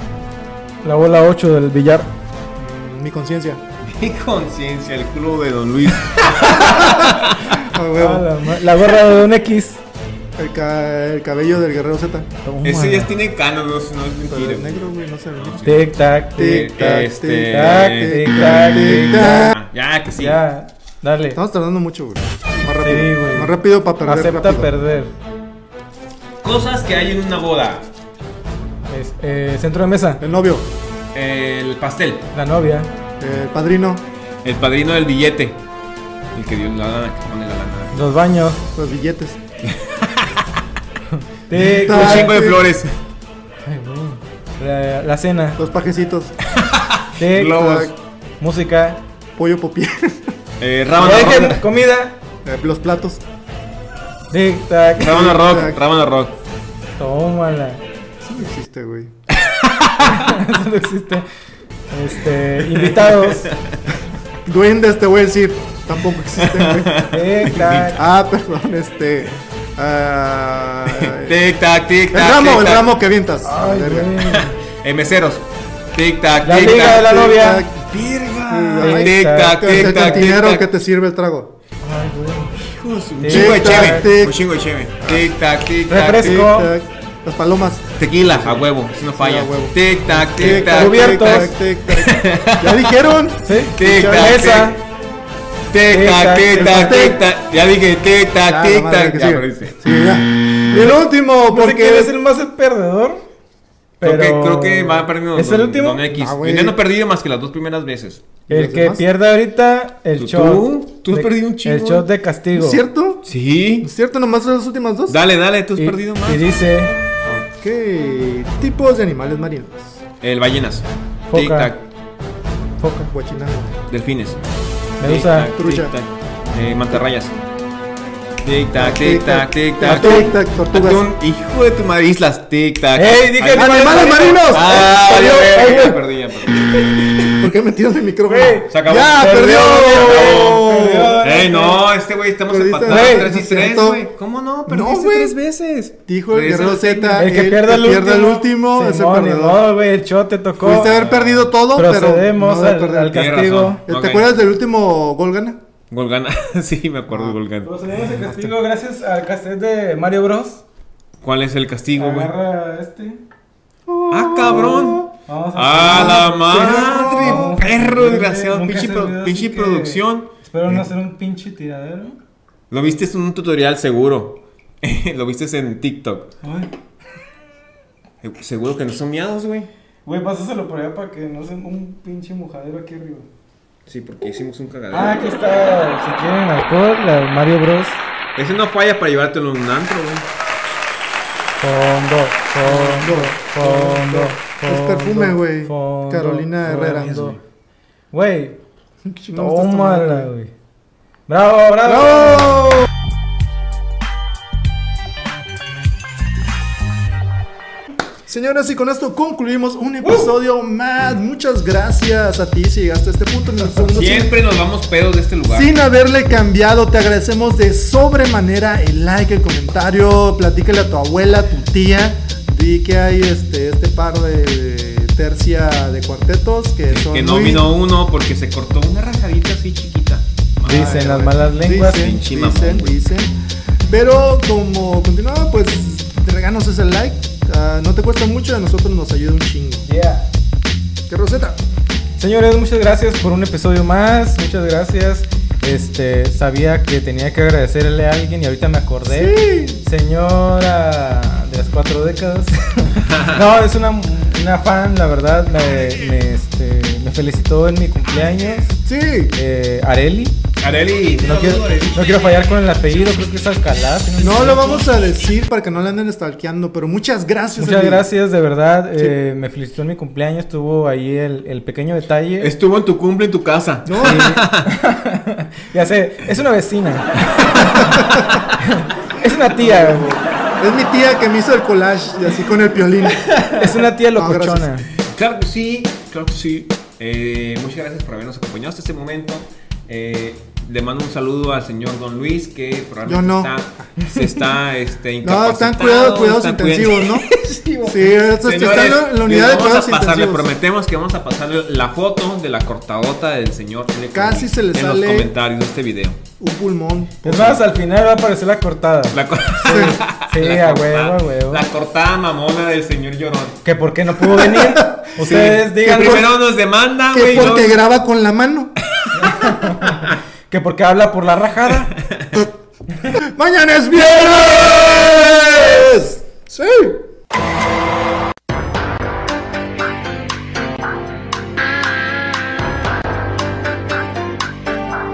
S3: La bola 8 del billar.
S2: Mi conciencia.
S1: Mi conciencia, el culo de Don Luis.
S2: A
S3: A
S2: huevo.
S3: Ah, la, ma- la gorra de Don X.
S2: El, ca- el cabello del guerrero Z.
S3: Toma.
S1: Ese ya tiene canos, no, es- no es
S2: Oh Pero
S1: mentira.
S2: el negro, güey, no sé. ¿no?
S3: Tic, tac.
S2: Tic, tac,
S1: Este,
S2: tic,
S3: tac,
S2: tac,
S3: Eh, tic,
S2: tic, tac,
S3: tac,
S2: tic,
S3: tic,
S2: tac.
S1: Ah, ya, que sí.
S3: Ya. Dale.
S2: Estamos tardando mucho, güey. Más rápido.
S3: güey.
S2: Más rápido para perder.
S3: Acepta
S2: rápido.
S3: perder.
S1: Cosas que hay en una boda.
S3: Es- eh, centro de mesa.
S2: El novio.
S1: El pastel.
S3: La novia.
S2: El Eh, padrino.
S1: El padrino del billete. El que dio la lana, que pone la lana.
S3: Los baños.
S2: Los billetes.
S3: Tic,
S2: Ah,
S1: Un
S3: tac.
S1: chingo de
S2: sí.
S1: flores.
S3: Ay, güey. La, la cena.
S2: Los pajecitos.
S3: Tic,
S1: Globos.
S3: tac. Música.
S2: Pollo <laughs> popier.
S1: Eh, rábano,
S3: Eh,
S1: rock.
S3: que- comida.
S2: Los platos.
S3: Tic, tac.
S1: Rábano rock.
S2: Tic-tac.
S1: Rábano rock.
S3: Tómala. <laughs>
S2: Eso no existe, güey.
S3: Eso no existe. Este, invitados.
S2: Duendes, te voy a decir. este Tampoco existen, güey.
S3: Tic, tac.
S2: Ah, perdón, este. ah,
S1: Tic tac, tic
S2: el
S1: tac.
S2: ramo,
S1: tic,
S2: el
S1: tac.
S2: ramo que avientas.
S3: Ay,
S2: Verga.
S3: güey.
S1: Eh, meseros. Tic tac,
S3: La
S1: tic
S3: liga
S1: tac.
S3: de la
S2: Tic,
S3: novia.
S2: tac. Virga.
S3: Ay,
S2: Ay,
S1: Tic tac,
S2: te-
S1: tic tac,
S2: El
S1: tic
S2: cantinero
S1: tac.
S2: que te sirve el trago.
S3: Ay, güey.
S1: Un chingo de
S2: Tic,
S1: cheve.
S2: tac, tic.
S1: Un chingo de cheve. Tic tac, tic tac.
S3: Refresco.
S1: tic.
S2: Tic,
S3: Co-
S2: tac. Las palomas.
S1: Tequila, a huevo, eso no falla.
S2: a huevo. eh.
S1: Tic tac, tic tac. Tic
S3: Tic,
S1: tac,
S3: Cubiertos.
S2: tic, tac. Ya dijeron.
S3: Sí.
S1: Tic,
S3: Ya-
S1: tac,
S3: Mesa.
S1: tic tac, tic
S3: Tic,
S1: tac,
S3: tac,
S1: tic tac. Ya dije tic
S2: Ya,
S1: tac,
S2: la
S1: tic
S2: madre
S1: tac.
S2: que
S1: Ya
S2: sigue.
S1: perdiste.
S2: Sí, ya. Y el último,
S3: No sé quién
S2: porque.
S3: es el más perdedor. Pero...
S1: Creo que, creo que va perdiendo
S3: ¿Es
S1: don-
S3: el último?
S1: Don X.
S2: Ah, güey.
S1: Yo no he perdido más que las dos primeras veces.
S3: El
S2: ¿Los
S3: que
S2: demás?
S3: pierde ahorita el
S1: ¿Tú-
S3: shot.
S1: tú? Tú has
S3: de-
S1: perdido un chingo.
S3: El shot de castigo.
S2: ¿Cierto?
S1: Sí.
S2: ¿Cierto? Nomás las últimas dos.
S1: Dale, dale, tú has
S3: Y-
S1: perdido más.
S3: Y dice.
S2: Ok. Tipos de animales marinos.
S1: El ballenas.
S3: Foca.
S1: Tic tac.
S3: Foca.
S2: Guachinango.
S1: Delfines.
S3: Medusa.
S1: Tic-tac,
S2: Trucha.
S1: tic-tac. Eh, mantarrayas. Tic tac, tic tac, tic tac.
S2: Tic tac, tortugas.
S1: Atún, Hijo de tu madre, islas. Tic tac.
S3: ¡Ey! Dije
S1: Ay,
S2: animales marinos!
S1: Ah,
S2: Perdió,
S1: ya, ya, ya,
S2: perdió.
S1: ya perdí, ya perdí.
S2: ¿Por qué metieron el micrófono?
S3: Güey,
S1: Se acabó.
S2: ¡Ya,
S3: Perdió,
S2: perdió!
S3: perdió.
S1: Ey, no, este güey, estamos
S2: Perdiste,
S1: empatados
S2: güey,
S1: 3 y
S2: es
S1: 3,
S2: cierto.
S1: güey. ¿Cómo no? Perdiste
S2: No, güey.
S1: tres veces.
S2: Dijo el
S1: Regresa
S2: guerrero
S1: la
S2: Z.
S1: técnica.
S3: El que pierda el último.
S2: último es el
S3: Simón, ni
S2: perdedor.
S3: modo, güey, el shot te tocó.
S2: Pudiste haber perdido todo,
S3: Procedemos
S2: pero. no
S3: al,
S2: perder.
S3: al
S1: Tienes
S3: castigo.
S1: razón.
S2: ¿Te
S1: Ok.
S2: acuerdas del último gol gana? <laughs>
S1: Gol gana. <laughs> sí, me acuerdo del gol gana.
S3: Procedemos al castigo gracias al cassette de Mario Bros.
S1: ¿Cuál es el castigo, güey?
S3: Agarra este.
S1: Ah, cabrón.
S3: Vamos
S1: Ah, la madre.
S3: Vamos a
S1: Perro
S3: hacer-
S1: desgraciado.
S3: nunca
S1: Pinche,
S3: se
S1: pro-
S3: olvidó,
S1: pinche
S3: así que
S1: producción. Eh.
S3: Espero no hacer un pinche tiradero.
S1: Lo viste en un tutorial seguro. <laughs> Lo viste en TikTok.
S3: Ay.
S1: Eh, Seguro que no son miados, güey.
S3: Güey, pásaselo por allá para que no sea un pinche mojadero aquí arriba.
S1: Sí, porque hicimos un cagadero.
S3: Ah, aquí está. Si quieren alcohol, la de Mario Bros.
S1: Ese no falla para llevártelo en un antro, güey.
S3: Fondo, fondo, fondo.
S2: Es
S3: fondo,
S2: perfume, güey.
S3: fondo,
S2: Carolina Herrera.
S3: fondo. Güey,
S2: ¿Qué chingados estás tomando,
S3: tómala,
S2: güey?
S3: güey. Bravo, bravo.
S2: ¡Bravo! Señoras, y con esto concluimos un episodio más. Muchas gracias a ti si llegaste a este punto en el segundo sin-
S1: Siempre nos vamos pedos de este lugar.
S2: Sin haberle cambiado, te agradecemos de sobremanera el like, el comentario, platícale a tu abuela, a tu tía, di que hay este, este par de tercia de cuartetos que son.
S1: Que no
S2: muy-
S1: vino uno porque se cortó una rajadita así chiquita. Ah,
S2: Ah,
S3: Dicen las
S2: caray.
S3: malas lenguas.
S2: Dicen,
S1: Pinche mamón,
S2: dicen,
S1: güey.
S2: dicen. Pero como continuaba, pues reganos ese like. Ah, no te cuesta mucho, a nosotros nos ayuda un chingo.
S3: Yeah.
S2: ¿Qué Rosetta?
S3: Señores, muchas gracias por un episodio más. Muchas gracias. Este, sabía que tenía que agradecerle a alguien y ahorita me acordé.
S2: Sí.
S3: Señora de las cuatro
S2: <laughs>
S3: décadas. no, es una, una fan, la verdad. Me, me, este, me felicitó en mi cumpleaños.
S2: Sí.
S3: Eh, Areli.
S1: Areli,
S3: No quiero, no quiero fallar con el apellido, creo que es Alcalá. si me
S2: No lo
S3: equivoco.
S2: vamos a decir para que no le anden stalkeando, pero muchas gracias.
S3: Muchas
S2: amigo.
S3: gracias, de verdad. eh, me felicitó en mi cumpleaños. Tuvo ahí el, el pequeño detalle.
S1: estuvo en tu cumple en tu casa.
S2: No,
S3: ya sé, es una vecina. es una tía.
S2: es mi tía que me hizo el collage y así con el piolín.
S3: Es una tía
S2: No,
S3: locochona.
S2: gracias.
S1: Claro que sí, claro que sí. Eh, muchas gracias por habernos acompañado hasta este momento. Eh, le mando un saludo al señor Don Luis que probablemente
S2: Yo no.
S1: está, se está este,
S2: <laughs> No,
S1: incapacitado.
S2: están cuidados, cuidados
S1: está cuidando-
S2: intensivos,
S1: <laughs>
S2: ¿no? Sí, esto- esto está en la,
S1: Señores,
S2: la unidad de
S1: les vamos
S2: cuidados
S1: a pasar, le
S2: intensivos.
S1: prometemos que vamos a pasarle la foto de la cortadota del señor L.
S2: Casi
S1: Cruz
S2: se le
S1: en
S2: sale-
S1: los comentarios de este video.
S2: Un pulmón. <laughs>
S3: Es más, al final va a aparecer la cortada.
S1: La, <laughs> co-
S3: Sí,
S1: la
S3: a huevo,
S1: cortada-
S3: a huevo.
S1: La cortada mamona del señor Llorón.
S3: Que por qué no pudo venir. Ustedes
S1: Sí.
S3: digan
S1: Que primero nos demanda,
S2: Que
S1: güey.
S2: porque
S1: luego-
S2: graba con la mano.
S3: que porque habla por la rajada.
S2: ¡Mañana es viernes! ¡Sí!